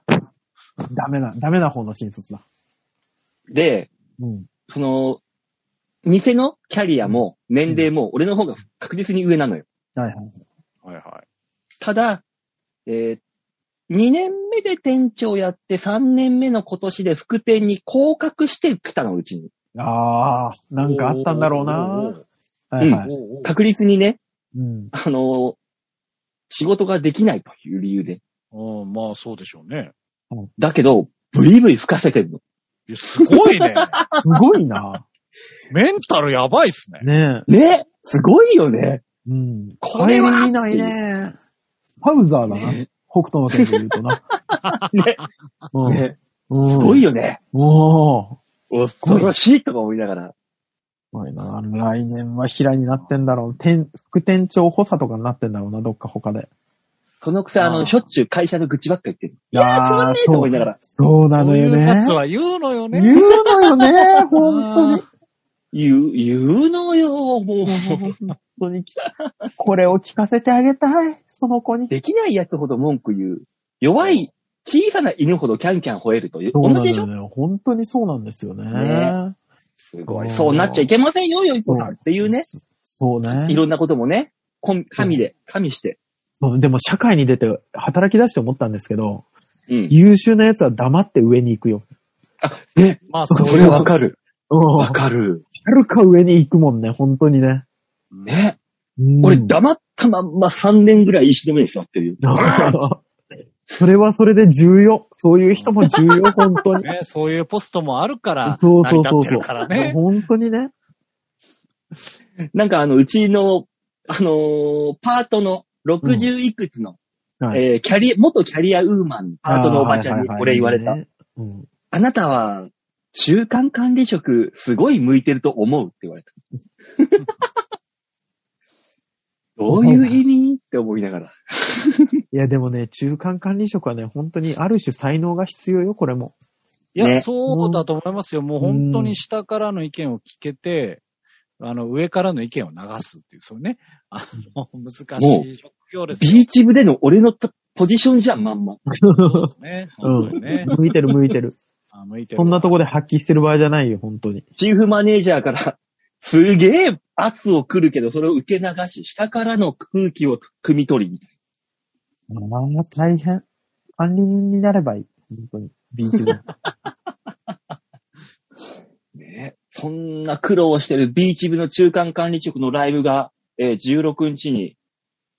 C: ダメな、ダメな方の新卒だ。
B: で、
C: うん。
B: その、店のキャリアも年齢も俺の方が確実に上なのよ。
C: はいはい。
A: はいは。
B: ただ、え2年目で店長やって3年目の今年で副店に降格してきたの、うちに。
C: ああ、ないんかあったんだろうな。はいはい。
A: うん
B: 確率にね、
C: うん。
B: あの仕事ができないという理由で。
A: うん、まあそうでしょうね。
B: だけど、ブイブイ吹かせてるの。
A: いやすごいね。
C: すごいな。
A: メンタルやばいっすね。
C: [laughs] ね
B: ねすごいよね。
C: え。うん。
B: これは
C: 顧みないね。ハウザーだな。
B: ね
C: 北斗の拳で言うとな。
B: [laughs] ね、
C: うん。
B: ね
C: うん、
B: すごいよね。
C: おー。
B: 恐ろしいとか思いながら。
C: すごいな。来年は平になってんだろう。店副店長補佐とかになってんだろうな、どっか他で。
B: このくせ、あ
A: あ
B: の、
A: ー
B: しょっちゅう会社の愚痴ばっか言ってる。
C: い
B: やーつまんねえと思いながら
C: そうな
A: そ
C: の
A: うい
C: よ
A: う
C: ね。
A: やつは言うのよね。
C: 言うのよね、
B: [laughs]
C: 本当に。
A: あ
B: 言う、言うのよ、もう。
C: 本当に。これを聞かせてあげたい、その子に。
B: できないやつほど文句言う。弱い、小さな犬ほどキャンキャン吠えるという。
C: そう
B: 同
C: なの
B: じでしょ
C: よね。本当にそうなんですよね。
B: ねすご
C: うん
B: い。そうなっちゃいけませんよ、よいこさん。っていうね。
C: そ。そうね
B: い。ろんなこともね、こん神で、神して。
C: そうでも社会に出て働き出して思ったんですけど、
B: うん。
C: 優秀なやつは黙って上に行くよ。
B: あ、ね、
A: ーまあそう
B: そ
A: い
B: れ
A: う
B: わかる。
C: うん。
B: わ
C: は
B: かる。
C: るか上に行くもんね、本当にね。
B: ね。
C: うん
B: 俺、黙ったまんま3年ぐらい石の上に座ってるよ。
C: それはそれで重要。そういう人も重
B: [laughs]
C: 要、本当に。
A: ね、そういうポストもあるから、
C: そう
A: 成り
C: そう
A: 立
C: そ
A: っ
C: う
A: て
C: そ
A: る
C: う。
A: からね。
C: 本当にね。
B: なんかあの、うちの、あのーパートの60いくつの、
C: はい
B: えーキャリア、元キャリアウーマン、パートのおばちゃんに
C: あー
B: 俺言われた。。
C: はいはいはいうん
B: あなたは、中間管理職、すごい向いてると思うって言われ
C: [laughs]
B: た。どういう意味って思いながら。
C: いや、でもね、中間管理職はね、本当にある種才能が必要よ、こ
B: [laughs]
C: れも。
A: いや、
B: ね
A: そうだと思いますよ。もう本当に下からの意見を聞けて、あの、上からの意見を流すっていう、そうね、あの、難しい職業ですよ
B: ビーチ部での俺のとポジションじゃん、まんま。
A: ね。本当にね。
C: [laughs] 向いてる向いてる。
A: あ向いてる
C: そんなとこで発揮してる場合じゃないよ、本当に。
B: チーフマネージャーから、すげえ圧をくるけど、それを受け流し、下からの空気を汲み取りみたい
C: まあ、大変。管理人になればいい。本当に。ビーチ
A: [laughs]
C: で。
B: な。ねそんな苦労してるビーチ部の中間管理職のライブが、えー16日に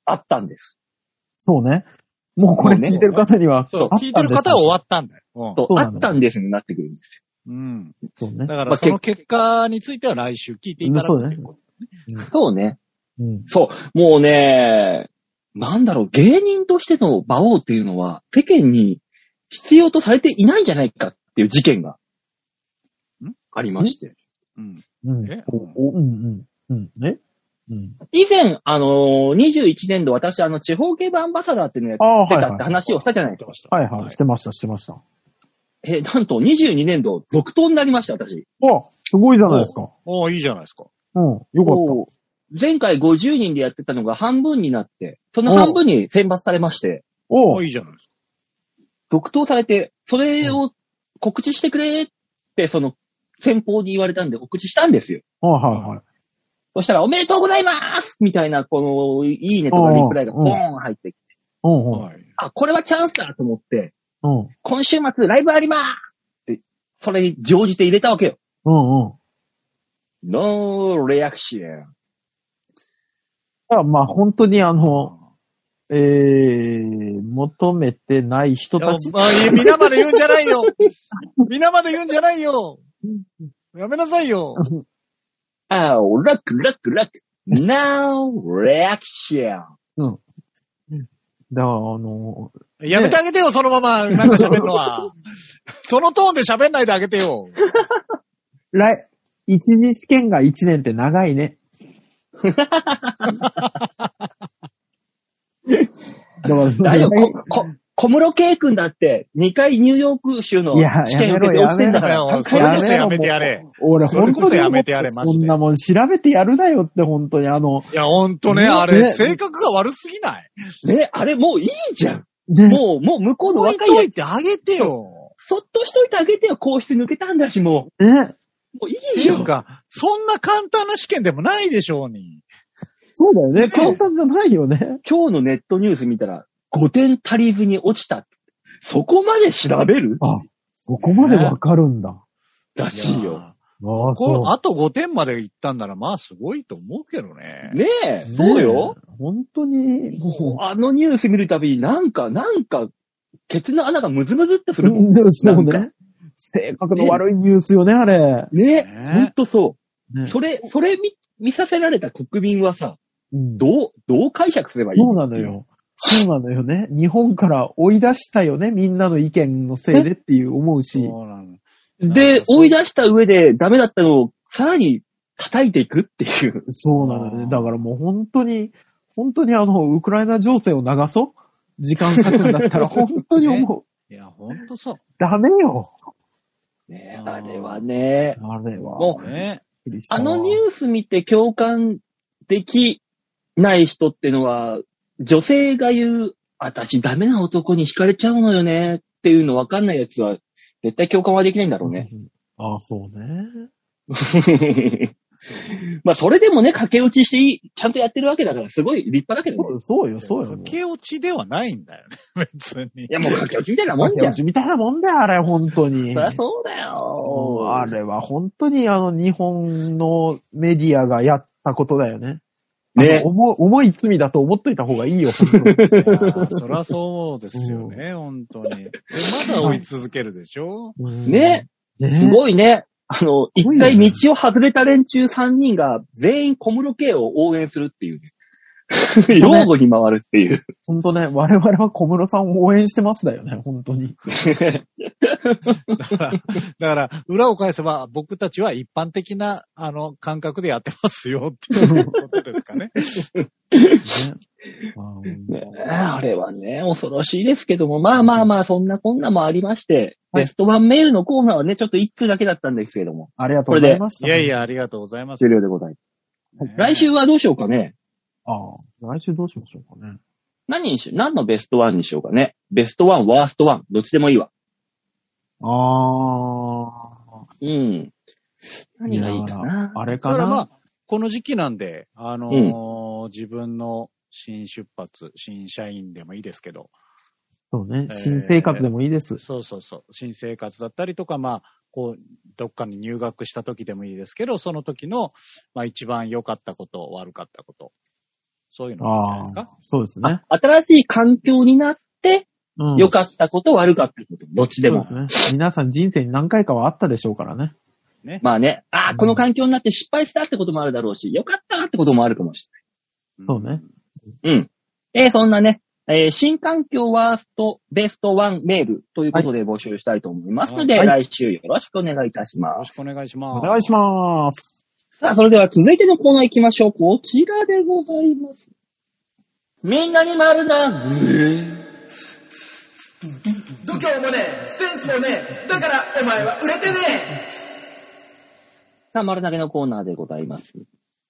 B: あったんです。
C: そうね。もうこれ聞いてる方には、
A: そう、
C: あったん
A: 聞いてる方は終わったんだよ。う
B: と
C: そう
B: あ
C: なの
B: っ
C: よ
B: たんですになってくるんです
A: ん。うん。
C: ですよそう
A: だ
C: ね。
A: から、
B: まあ
A: その結果については来週聞いていただ
C: そう
A: く
C: ね
A: ということ。
B: よ。そうね。
C: うん。
B: そう、もうね、なんだろう、芸人としての馬王っていうのは、世間に必要とされていないんじゃないかっていう事件が
A: ん、
B: ありまして。
A: うん。
C: うん。
A: え
C: おうんうん。うん。えうん。
B: 以前、あのー、21年度私、あの、地方競馬アンバサダーっていうのや
C: ああ、
B: って
C: はい
B: たって
C: はい。
B: 話をしたじゃないですか。
A: は
C: はいいはい。してました、してました。
B: え、なんと22年度、続投になりました、私。
C: あ、すごいじゃないですか。
A: おーいいじゃないですか。
C: うん。よかっ
B: こう前回50人でやってたのが半分になって、その半分に選抜されまして、
C: た。お
A: お
C: う
A: ーいいじゃないですか。
B: 続投されて、それを告知してくれって、その、先方に言われたんで、告知したんですよ。
C: はいはいはい。
B: そしたら、おめでとうございますみたいな、この、いいねとかリプライがポーン入ってきて、
C: うんうん。
A: はい。
B: あ、これはチャンスだと思って、
C: うん。
B: 今週末ライブありますって、それに乗じて入れたわけよ。
C: うんうん。
B: ノーレアクション。
C: だからまあ本当にあの、えー、求めてない人
A: いや
C: たち。
A: まあ、いや皆まで言うんじゃないよ皆まで言うんじゃないよやめなさいよ
C: [laughs]
B: あー、ラックラックラック。ノーレアクション。
C: だからあの、
A: やめてあげてよ、そのまま、なんか喋るのは。そのトーンで喋んないであげてよ。
C: 来、一次試験が一年って長 [laughs] いね。から
B: 大丈夫。こ、こ、小室圭君だって、2回ニューヨーク州の
C: いや
B: 試験受けて落ち [laughs] てんだか
A: だ
B: ら、
A: よ、そ
B: こ
A: れ
B: れ
A: こ
B: だ
A: そ
B: け
A: やめてやれ。
C: 俺、
A: それ
C: 本
A: こそ
C: 当に
A: やめてやれマジで
C: そんなもん調べてやるなよって、本当に。あの、
A: いや、ほんとね、
C: ね
A: あれ、
C: ね
A: 性格が悪すぎない。
B: ね、あれもういいじゃん。
C: ね、
B: もう、もう向こうの
A: 置い
B: 若い
A: と
B: やつ
A: いてあげてよ。
B: そっとしといてあげてよ、皇室抜けたんだし、も
C: ね、
B: う。もうい
A: って
B: い
A: いう
B: よ。
A: か、そんな簡単な試験でもないでしょうに。
C: そうだよね。簡単じゃないよね。
B: 今日のネットニュース見たら、5点足りずに落ちた。そこまで調べる
C: あ、そこまでわかるんだ。
B: らしいよ。
C: ああ、
A: こ。
C: そう
A: あと5点まで行ったんなら、まあすごいと思うけどね。
B: ねえ、
C: う。
B: そうよ。
C: ね。本当に、も
B: あのニュース見るたびに、なんか、なんか、ケツの穴がムズムズってす
C: う、
B: るもん。
C: でもそう
B: な
C: ね。性格の悪いニュースよね、あれ。
B: ね
A: ね
B: え、ほんとそう。
C: ね
B: それ、それ見、見させられた国民はさ、
C: うん
B: どう、どう解釈すればいい
C: そうなの。よ。そうなのよね。日本から追い出したよね。みんなの意見のせいでっていう思うし。
A: そうなの。なん
B: で
A: か、そう
B: 追い出した上でダメだったのを、さらに叩いていくっていう。
C: そうなのよね。だからもう本当に、本当にあの、ウクライナ情勢を流そう時間割くんだったら [laughs] 本当に思う。
A: いや、ほんとそう。
C: ダメよ。
B: ね
A: あー
B: あれはね、
C: あれは。
B: も
A: ね。
B: あのニュース見て共感できない人ってのは、女性が言う、私ダメな男に惹かれちゃうのよねっていうの分かんないやつは、絶対共感はできないんだろうね。
C: うん。ああ、そうね。
B: [laughs] まあ、それでもね、駆け落ちしていい、ちゃんとやってるわけだから、すごい立派だけど
C: そ
B: ね。
C: うそうよ、そうよ。
A: 駆け落ちではないんだよね、 [laughs] 別に
B: い。や、もう駆け落ちみたいなもん
C: 駆
B: じ
C: け
B: ゃん。
C: 落
B: そ
C: ちみたいなもんだよ、あれ、本当に。
B: りゃそうだ
C: もう
B: よ。
C: あれは本当にあの日本のメディアがやったことだよね。
B: ね
C: あの重重い罪だと思っといた方がいいよ、本当に
A: いやそりゃそうですよね、本当に。で、まだ追い続けるでしょ
C: うん
B: ね。
C: ね
B: すごいね。あの、
C: す
B: 一
C: ごいよね
B: 回道を外れた連中3人が全員小室圭を応援するっていうね。擁護に回るっていう。
C: 本当ね、我々は小室さんを応援してますだよね、本当に。
A: だから、だから裏を返せば僕たちは一般的な、あの、感覚でやってますよっていうことですかね。
C: ねまあ
B: ねえあれはね、恐ろしいですけども、まあまあまあ、そんなこんなもありまして、
C: はい
B: ベストワンメールのコーナーはね、ちょっと一通だけだったんですけれども、
C: ありがとうございまし
A: い
C: た。
A: やいや、ありがとうございます。
B: 了でござい
A: ね
B: 来週はどうしようかね。
C: ああ。来週どうしましょうかね。
B: 何にし、何のベストワンにしようかね。ベストワン、ワーストワン、どっちでもいいわ。
C: ああ。
B: うん。何がいいか
C: や
B: な。
C: あれか
A: だか
C: な。
A: らまあ、この時期なんで、あのー自分の新出発、新社員でもいいですけど、
C: そうね
A: え。ー
C: 新生活でもいいです。
A: そうそうそう、新生活だったりとか、まあ、こう、どっかに入学した時でもいいですけど、その時の、まあ一番良かったこと、悪かったこと、そういうのがいいんじゃな
C: あ
A: いですか
C: あ。。そうですね
B: あ。新しい環境になって、
C: うん
B: 良かったこと、悪かったこと、どっちでも。
C: そうですね。皆さん人生に何回かはあったでしょうからね。
B: まあね、あ
C: う
B: あ、
C: ん
B: この環境になって失敗したってこともあるだろうし、良かったってこともあるかもし
C: そう
B: れ
C: ね。
B: ない。うん。えーそんなね、えー新環境ワースト、ベストワンメールということで募集したいと思いますので、
C: はい
B: 来週よろしくお願いいたし
A: よ
B: ま
A: ろ
B: す。
A: しくお願いします。
C: お願いします。
B: さあ、それでは続いてのコーナー行きましょう。こちらでございます。みんなに丸な
D: 度胸もねえセンスもねえだからお前は売れてね
B: さあ、丸投げのコーナーでございます。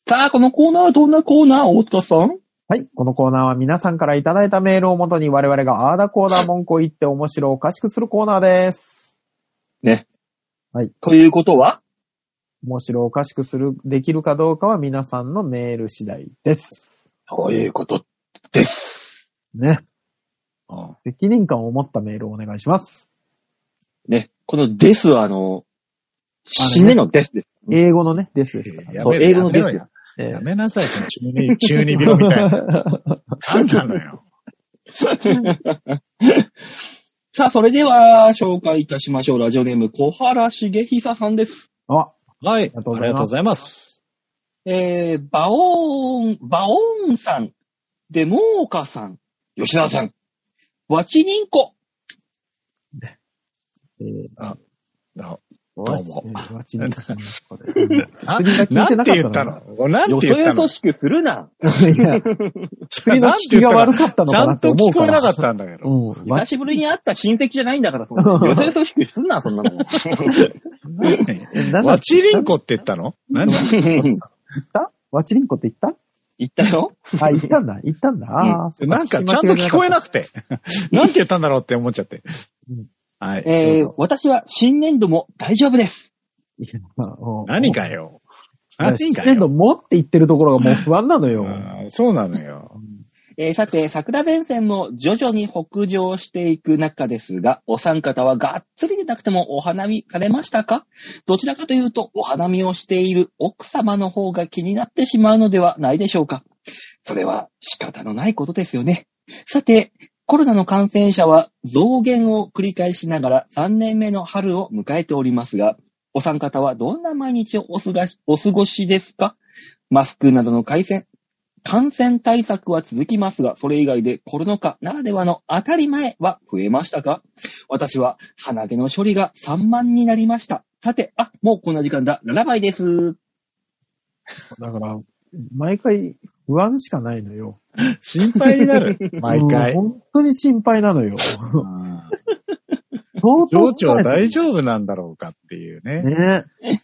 B: さあ、このコーナーはどんなコーナー大塚さん
C: はい。このコーナーは皆さんからいただいたメールをもとに我々があーだこーだ文句を言って面白おかしくするコーナーです。
B: ね。
C: はい。
B: ということは
C: 面白おかしくする、できるかどうかは皆さんのメール次第です。
B: そういうことです。
C: ね。責任感を持ったメールをお願いします。
B: ね、このですはあの、
C: あれね
B: 死ねのですです。
C: 英語のね、ですですから。
A: や
B: そう
A: めろ
B: 英語のです
A: やめろ
B: で
A: よ
B: す。
C: え
A: やめなさい、その中二、中二病みたいな。何なの
C: [laughs]
A: よ。
B: [laughs] さあ、それでは、紹介いたしましょう。ラジオネーム、小原茂久さんです。
C: ー [laughs] あ、
A: はい、ありが
C: と
A: と
C: う
A: う
C: ございます
A: ございます。
B: えー、バオーン、バオーンさん、デモーカさん、吉田さん、ワチニンコ。
C: えー
A: あどうも。
C: わ
A: [laughs]
C: ちに。な聞いてな
A: な
C: かったな
A: んて言ったのなん
B: よ
A: て
B: そ
A: 言った
B: よそ
A: の
B: しくするな。
C: いや、薬の
A: な
C: 効
A: んて
C: き
A: 言
C: が
A: った
C: 悪
A: の
C: かったの
A: ちゃ
C: かなんと
A: と
C: 思う
A: 聞
C: か
A: こえ
C: ら。
A: なかったんだけど。
C: うん。
B: 久しぶりに会った親戚じゃないんだから、そんな
A: [laughs]
B: よそよそしくすんな、そんなの。
A: [laughs]
C: なんだ
A: わちりんこって言ったの何だ
C: わちりんこって
A: [laughs]
C: 言っ
B: 言ったよ。
C: たあ、言ったんだ。言ったんだ。ああ、そう
A: なんかちゃんと聞こえなく
C: [laughs]
A: て。なんて言ったんだろうって思っちゃって
C: うん。
A: はい。
B: え
A: どう
B: ー
A: ぞ、
B: 私は新年度も大丈夫です。
C: いやうん
A: 何かよ。
C: いや
A: 何か
C: 新年度
A: よ。
C: 持って言ってるところがもう不安なのよ。
A: うんそうなのよ。
B: えーさて、桜前線も徐々に北上していく中ですが、お三方はがっつりでなくてもお花見されましたかどちらかというと、お花見をしている奥様の方が気になってしまうのではないでしょうか。それは仕方のないことですよね。さて、コロナの感染者は増減を繰り返しながら3年目の春を迎えておりますが、お三方はどんな毎日をお過ごしお過ごしですかマスクなどの改善、感染対策は続きますが、それ以外でコロナ禍ならではの当たり前は増えましたか私は鼻毛の処理が散漫になりました。さて、あ、もうこんな時間だ。7倍です。
C: だから、毎回不安しかないのよ。
A: 心配に
C: [laughs]
A: なる。毎回
C: う。ん本当に心配なの
A: [laughs]
C: よ。
A: うん
C: 相当
A: 情緒は大丈夫なんだろうかっていうね。
C: ね。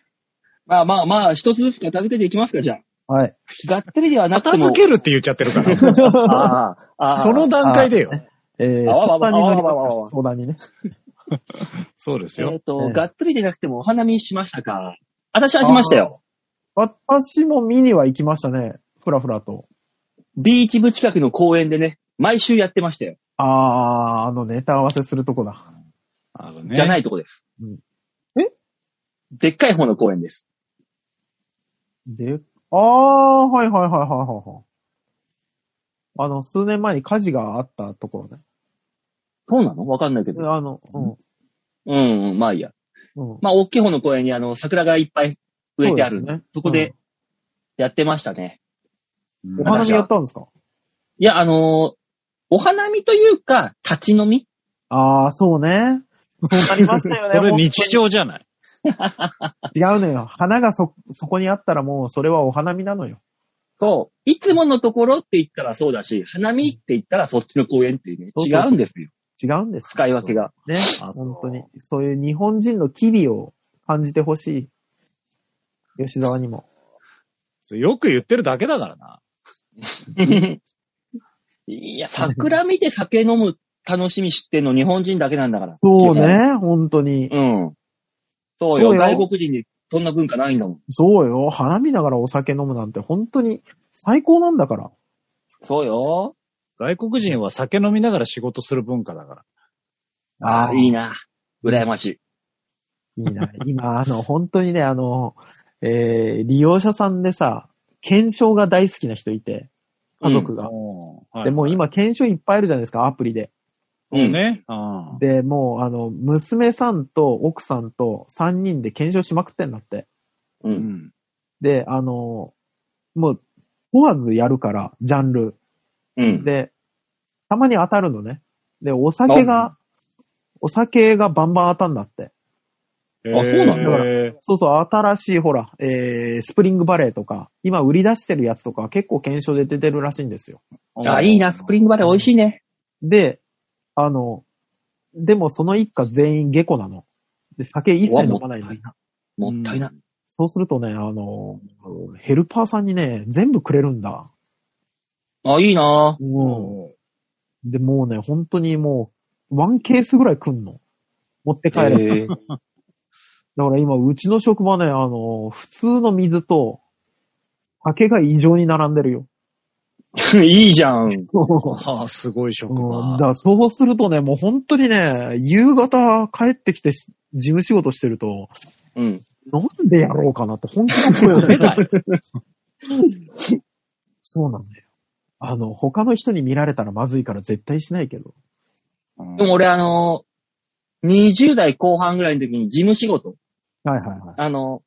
B: まあまあまあ、一つずつ片付けていきますか、じゃあ。
A: [laughs]
C: はい。
B: がっつりではなく
A: 片
B: ても。
A: 付けるって言っちゃって
C: [laughs]
A: るから。
B: ああ、ああ。
A: その段階でよ。
C: えー、
B: あわわわ
C: 相談に乗ります
B: あわわわわ
C: 相談にね。
A: そうです
B: えっ
A: よ。、
B: と、
C: ええ
B: がっつりでなくてもお花見しましたか私はしましたよ。
C: 私も見には行きましたね。ふらふらと。
B: ビーチ部近くの公園でね、毎週やってましたよ。
C: あー、あのネタ合わせするとこだ。
A: あの。
B: じゃないいとこです。
C: うん
B: えでっかい方の公園です。
C: で、あー、はいはいはいはいはいはい。あの、数年前に火事があったところね。
B: そうなのわかんないけど。
C: あの、
B: うん、うん、まあいいや。
C: うん。うん。
B: まあ、大きい方の公園にあの、桜がいっぱい植えてあるんで
C: そうですね
B: そこでやってましたね。
A: うん
C: お花見やったんですか
B: いや、あのーお花見というか、立ち飲み
C: あー、そうね。そうなりましたよね。
A: それ
C: 本当に
A: 日常じゃない。
C: 違うのよ。花がそ、そこにあったらもう、それはお花見なのよ。
B: と、いつものところって言ったらそうだし、花見って言ったらそっちの公園っていうね、
C: そう
B: 違
C: そうそう
B: うんですよ。
C: 違うんです。
B: 使い分けが。
C: ね。
A: あそう
C: 本当に。そういう日本人の機微を感じてほしい。吉沢にも。
A: よく言ってるだけだからな。
B: [laughs] いや、桜見て酒飲む楽しみ知ってんの日本人だけなんだから。
C: そうね。本当に。
B: うん。そう
C: そ
B: よ。
C: うよ
B: 外国人にそんな文化ないんだもん。
C: そうよ。花見ながらお酒飲むなんて本当に最高なんだから。
B: そうよ。
A: 外国人は酒飲みながら仕事する文化だから。
C: あー
B: いいな。羨ましい。
C: いいな。今、あの、本当にね、あの、えー、利用者さんでさ、検証が大好きな人いて、家族が。
A: で
C: で、もう今、検証いっぱいいるじゃないですか、アプリで。
B: うん。
A: ね。うん
C: で、もう、あの、娘さんと奥さんと3人で検証しまくってんだって。
B: う。
A: うんん。
C: で、あの、もう、問わずやるから、ジャンル。
B: うん。
C: で、たまに当たるのね。で、お酒が、お酒がバンバン当たんだって。
B: あそうなんだ
A: だ。
C: そうそう、新しい、ほら、えー、スプリングバレーとか、今売り出してるやつとか結構検証で出てるらしいんですよ。
B: あ、いいな、スプリングバレー美味しいね。
C: で、あの、でもその一家全員下戸なの。で、酒一切飲まないの
B: うわもったいなもったいな。
C: そうするとね、あの、ヘルパーさんにね、全部くれるんだ。
B: あ、いいな。
C: うん。で、もうね、本当にもう、ワンケースぐらいくんの。持って帰れば。
B: へえ
C: だから今、うちの職場ね、あの、普通の水と、酒が異常に並んでる
B: [laughs]
C: よ。
B: いいじゃん。
A: ああ、すごい職
C: うん
A: 場
C: だか。らそうするとね、もう本当にね、夕方帰ってきてし事務仕事してると、
B: うん。
C: なんでやろうかなって本当の声が出ない。 [laughs] そうなんだよ。あの、他の人に見られたらまずいから絶対しないけど。
A: うん
B: でも俺、あの、20代後半ぐらいの時に事務仕事、
C: はいはいはい。
B: あの、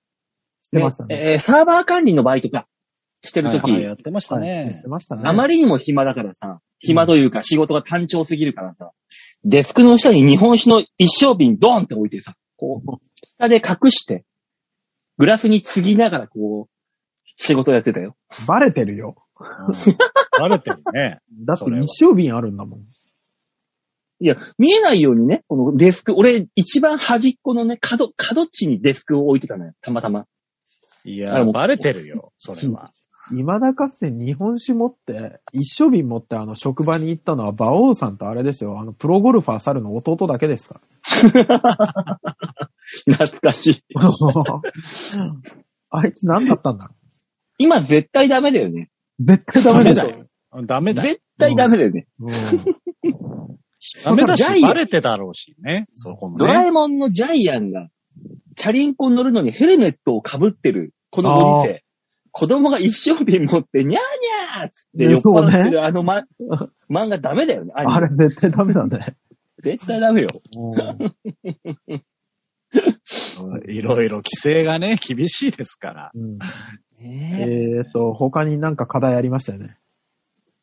C: してましたね。
B: えーサーバー管理のバイトか、してる
A: はい
B: 時、
A: はいやってました
C: はい、し
A: ね
C: て。ましたね。
B: あまりにも暇だからさ、暇というか仕事が単調すぎるからさ、デスクの下に日本酒の一升瓶ドーンって置いてさ、こう、下で隠して、グラスに継ぎながらこう、仕事をやってたよ。
C: バレてるよ。
A: バレてるね。
C: だって
A: それは
C: 日曜日あるんだもん。
B: いや、見えないようにね、このデスク、俺一番端っこのね、角、角っちにデスクを置いてたのよ、たま [laughs] たま。
A: い
B: あ
A: や、
B: もう
A: バレてるよ、それは。
C: 今だかつて日本酒持って、一生瓶持ってあの職場に行ったのは馬王さんとあれですよ、あのプロゴルファー猿の弟だけですか
B: 懐かしい。
C: ら。 [laughs] あいつ何だったんだろ
B: 今絶対ダメだよね。
C: う絶対ダメだよ。
B: よ。
A: ダメだよ。
B: 絶対ダメだよね。
C: うん
A: ダメだ
B: ジャ
A: し、
B: イアン
A: バレてだろうしね。そこも
B: ドラ
A: ね。
B: えもんのジャイアンが、チャリンコに乗るのにヘルメットを被ってる子供見て、子供が一生瓶持って、ニャーニャーっつって酔っ
C: ね
B: 払って
C: そうね
B: るあの、 [laughs] ま、漫画ダメだよね。アニメ
C: あれ絶対ダメだね。
B: 絶対ダメよ。
C: うん
A: いろいろ規制がね、厳しいですから。
C: うん
B: ねえ
C: えーと、他になんか課題ありましたよね。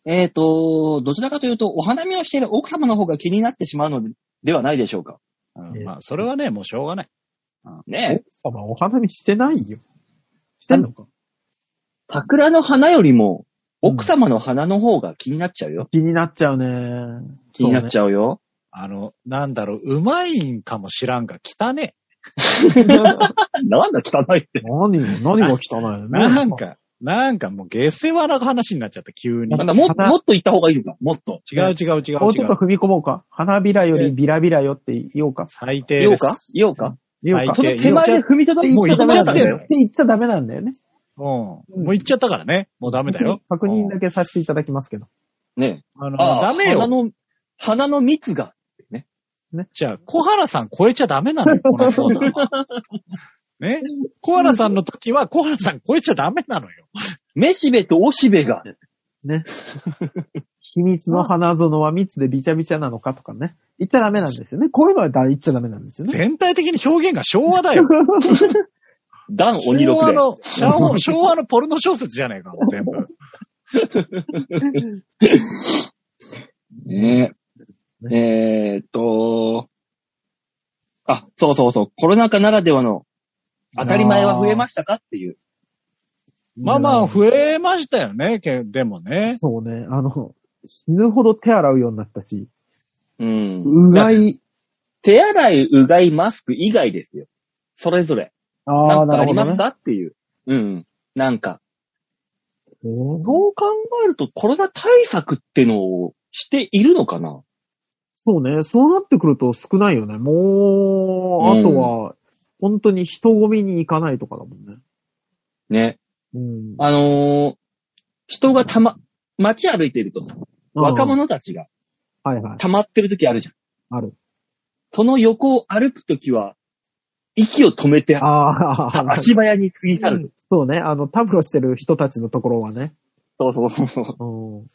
B: えっ、と、どちらかというと、お花見をしている奥様の方が気になってしまうのではないでしょうか。
A: うん
C: ええ
A: まあ、それはね、もうしょうがない。
B: ねえ、
C: 奥様お花見してないよ。してんのか
B: 桜の花よりも、奥様の花の方が気になっちゃうよ。
C: 気になっちゃうね。
B: 気になっちゃうよ。
A: あの、なんだろう、うまいんかもしらんが、汚ね
C: そうね
B: なんだ汚いって。
C: 何何が汚いの
A: え。なん。か、なんかもう下世話な話になっちゃった、急に。
B: なん
A: 違
B: だもっと
C: 花
B: もっと行った方がいいのか。もっと。
A: う違う違う違
C: もうちょっと
A: う。
C: 踏み込もうか。花びらよりビラビラよって言おうか。
A: 最低
B: 言お
A: で
B: うか
A: す。
B: 言おうか
C: 言おうか。
A: は
B: そ
A: い
B: の手前で踏みとど
A: もう言っちゃってん
B: よ
A: だ
C: って言っちゃダメなんだよね。
A: うん。もう言っちゃったからね。もうダメだよ。
C: 確認
A: うん
C: だけさせていただきますけど。
B: ね
A: あ
B: え。
A: の、
B: ああ
A: ダメよ
B: 花。の、花の蜜が。
A: じゃあ、小原さん超えちゃダメなのよ、このコーナーは。ね小原さんの時は、小原さん超えちゃダメなのよ。
B: めしべとおしべが。
C: ね。秘密の花園は蜜でびちゃびちゃなのかとかね。言っちゃダメなんですよね。こういうのはだ言っちゃダメなんですよね。
A: 全体的に表現が昭
C: [laughs]
A: 和だよ。
B: 段鬼
A: 昭
B: 六
A: 和
B: で。
A: の、昭和昭和のポルノ小説じゃねえか、もう全部。
B: ねえ。えーっと、あ、そうそうそう。コロナ禍ならではの当たり前は増えましたかっていう。
A: [laughs] まあまあ、増えましたよね、けでもね。
C: そうね。あの、死ぬほど手洗うようになったし、
B: うん。
C: うがい。
B: 手洗い、うがい、マスク以外ですよ。それぞれ。
C: あ
B: な
C: あ、
B: んかあ
C: なる
B: り
C: ほ
B: ます
C: どね。
B: かっていう。うん。なんか。
C: おー
B: そう考えるとコロナ対策ってのをしているのかな
C: そうね。そうなってくると少ないよね。もう、あとは、本当に人混みに行かないとかだもんね。
B: ね。
C: うん。
B: あのー人がたま、街歩いてるとさ、若者たちが
C: はいはい。
B: 溜まってる時あるじゃん。
C: ある。
B: その横を歩く時は、息を止めて、
C: あ
B: [laughs]
C: あ、
B: 足早に過ぎ去る。
C: そうね。あの、タブロしてる人たちのところはね。
B: そうそうそうそう。
C: うん。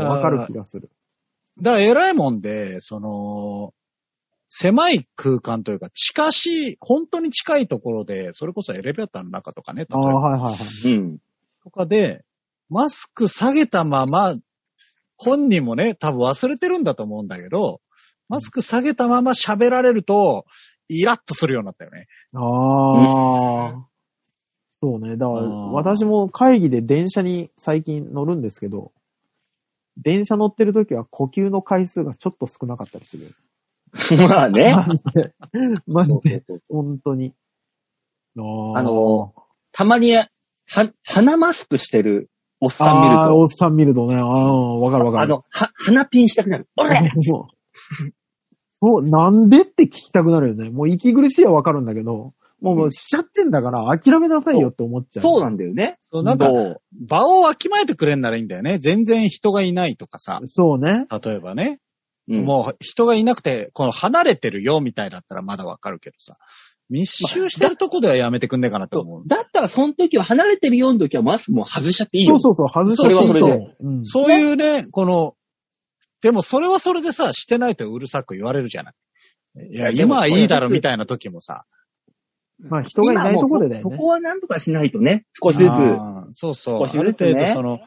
A: あー
C: わかる気がする。
A: だから偉いもんで、その、狭い空間というか、近しい、本当に近いところで、それこそエレベーターの中とかね、例え
C: ああ、
A: ば
C: はいはいはい。
B: うん。
A: とかで、マスク下げたまま、本人もね、多分忘れてるんだと思うんだけど、マスク下げたまま喋られると、イラッとするようになったよね。
C: ああ。そうね。だから、
A: うん
C: 私も会議で電車に最近乗るんですけど、電車乗ってる時は呼吸の回数がちょっと少なかったりする。
B: [laughs] まあね。
C: マジで。 [laughs] マジで。
B: そうそうそう
C: 本当に。あー
B: あのたまに、は、鼻マスクしてるおっさん見る
C: あー
B: と、
C: おっさん見るとね。ああ、わかるわか
B: あ
C: る。
B: の、は、鼻ピンしたくなる。お
C: [laughs]
B: ら
C: そう。そう、なんでって聞きたくなるよね。もう息苦しいはわかるんだけど、もうもうしちゃってんだから諦めなさいよって思っちゃう。
B: そう
C: う
B: なんだよね。
A: そう、なんか、
B: そう
A: 場をわきまえてくれんならいいんだよね。全然人がいないとかさ。
C: そうね。
A: 例えばね、
B: うん
A: もう人がいなくて、この離れてるよみたいだったらまだわかるけどさ。密集してるとこではやめてくんねえかなと思う。
B: だったら、その時は離れてるような時はマスクも外しちゃっていい
C: そ
B: よ。
C: うそうそう、外しちゃ
B: それはそれで
C: ううん
A: そういうね、この、でもそれはそれでさ、してないとうるさく言われるじゃない。い
B: い
A: や、
B: やでも
A: 今はいいだろみたいな時もさ。
C: まあ人がいないところでだ
B: 今も
C: よ
B: うそ
C: ね
B: そ。
C: [laughs]
B: こはなんとかしないとね、少しずつ。
A: あーそうそ
B: 少
A: う。
B: し
A: ある
B: ずつね
A: 程度その、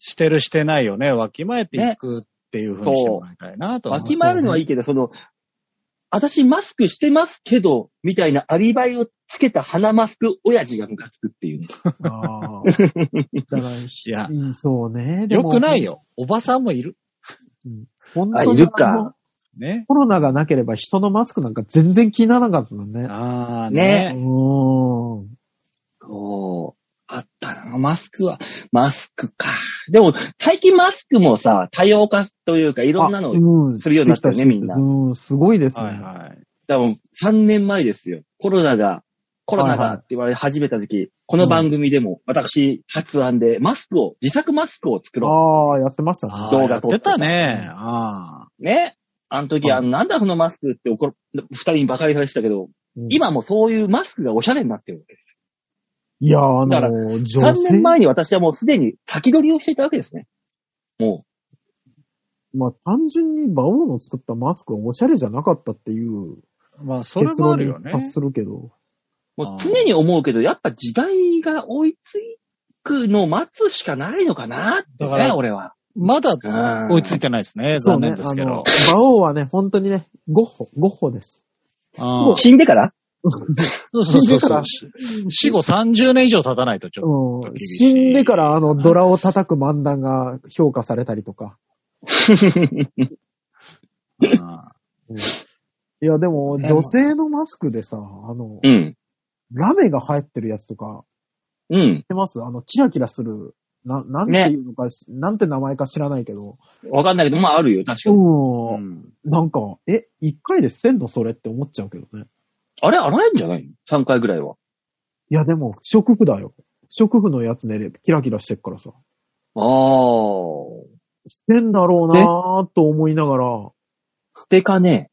A: してるしてないよね、わきまえていくっていうふうにしてもらいたいなと
B: わ
A: 思います
B: きまえるのはいいけど、その、私マスクしてますけど、みたいなアリバイをつけた鼻マスク親父がムカつくっていうね。
C: ああ。だから、
A: いや、
C: うんそうね。で
A: よ
C: も
A: くない。よ。おばさんもいる。
C: 本
B: あ、
C: 当
B: い
C: に
B: るか。。
A: ね。
C: コロナがなければ人のマスクなんか全然気にならなかったのね。
A: ああ、
C: う
A: ね。
C: ーん。
B: そう。あったな。マスクは、マスクか。でも、最近マスクもさ、多様化というか、い
C: い
B: ろんなの、
C: の
B: するようになったよねみんな
C: うん、すごいですね。
A: はいはい。
B: 多分3年前ですよ。コロナが、コロナ
C: はい
B: が
C: はい
B: って言われ始めた時、この番組でも、私、発案で、マスクを、自作マスクを作ろ
C: ああ、やってましたね。
A: あー
B: 動
A: や
B: 画
A: っ
B: 撮って
A: て
B: た
A: たね。ああ。
B: う。ね。あの時、
C: はい
B: あの、なんだこのマスクって怒る、二人にバカにされてたけど、
C: うん、
B: 今もそういうマスクがおしゃれになってるわけで
C: いや、あ
B: だから
C: の、
B: す。
C: 女
B: 3
C: 性
B: 年、前に私はもうすでに先取りをしていたわけですね。も
C: まあ、単純に馬王の作ったマスクはおしゃれじゃなかったっていう
A: まあ、それ
C: 結
A: もあ
C: 論
A: る
C: に
A: よね。
C: 発するけど。
B: う、もう常に思うけど、やっぱ時代が追いつくのを待つしかないのかなって、ね、
A: だから
B: 俺は。
A: まだ
B: うん
A: 追いついてないですね。残念です
C: あ
A: け
C: の
A: ど。、
C: 馬王はね、本当にね、ゴッホ、ゴッホです。
A: あー
B: 死んでから [laughs]
A: そうそうそうそ
C: だ
A: う
C: から
A: し死後30年以上経たないとちょっ
C: う
A: 厳
C: ん、
A: しい
C: 死んでからあのドラを叩く漫談が評価されたりとか。
A: と。あ
C: いや、でも、女性のマスクでさ、あの
B: う、ん。
C: ラメが入ってるやつとか、
B: うん
C: 知っ。てますあの、キラキラする、な、なんていうのかし、なんて名前か知らないけど。
B: わかんないけど、まああるよ、確かに。
A: ー
C: う。
A: うんん
C: なんか、え、一回で捨てんのそれって思っちゃうけどね。
B: あれ、洗えんじゃないの ?3 回ぐらいは。
C: いや、でも、不織布だよ。不織布のやつね、キラキラしてっからさ。
B: ああ。
C: 捨てんだろうなぁと思いながら、
B: 捨てかね。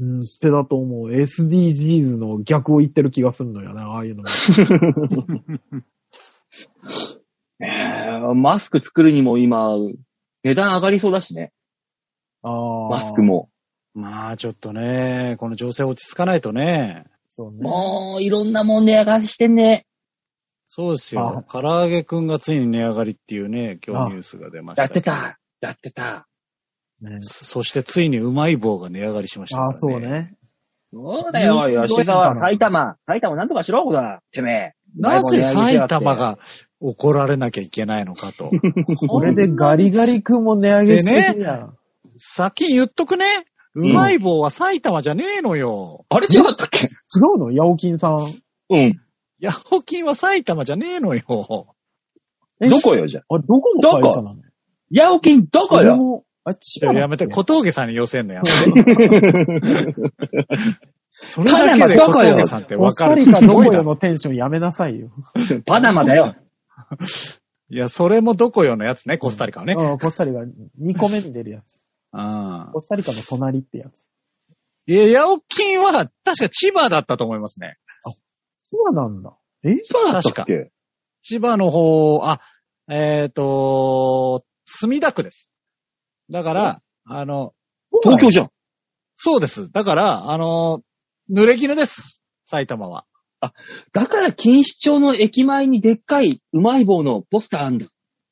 C: うん、捨てだと思う。SDGs の逆を言ってる気がするのよね、ああいう
A: [laughs]
C: のも。
B: えーマスク作るにも今、値段上がりそうだしね。
C: あ
B: マスク。も。
A: まあ、ちょっとね、この情勢落ち着かないとね。
C: そうね。
B: もう、いろんなもん値上がりしてんね。
A: そうです
C: あ
A: よ。唐揚げくんがついに値上がりっていうね、今日ニュースが出ました。
B: やって。た。やってた。
C: ね
A: そしてついにうまい棒が値上がりしましたから、
C: あ
A: ね。
C: あ、そう。ね。
B: そうだよ、吉
C: う
B: 沢、
C: ん
B: 埼玉。埼玉なんとかしろ、ほら、てめえ。
A: なぜ埼玉が怒られなきゃいけないのか [laughs] と。
C: これでガリガリ君も値上げしてきたやん。
A: 先言っとくね。う
B: うん
A: まい棒は埼玉じゃねえのよ。
B: あれ違ったっけ
C: 違うのヤオキンさん。
B: うん。
A: ヤホキンは埼玉じゃねえのよ。
C: え
B: どこよ、じゃあ。
C: あれ、どこの会社なの
B: ヤオキン、どこ
C: 俺
B: よ
C: も、あ、千
A: い
C: 葉
A: や
C: だっけ
A: やめて、小峠さんに寄せんのやめて。そ
B: れ
A: れ
B: だ
A: だけ
B: け
A: で
B: で
A: 小
B: 小
A: 峠
B: 峠
A: さ
B: さ
A: んっ
C: [laughs]
A: て
C: コ
A: わ
C: ス
A: か
C: タ
A: る。
C: リカどこよのテンションやめなさいよ。
B: [laughs] パナマだよ。
A: いや、それもどこよのやつね、コスタリカはね。
C: うん、コスタリカ2個目に出るやつ。
A: ああ
C: コスタリカの隣ってやつ。
A: いや、ヤオキンは確か千葉だったと思いますね。
C: 千葉なんだ。え
B: そうだったっけ
A: 千葉の方、あ、えっ、と、墨田区です。だから、あの、
B: 東京じゃん。
A: そうです。だから、あの、濡れ衣です。埼玉は。
B: だから、錦糸町の駅前にでっかい、うまい棒のポスターあんだ。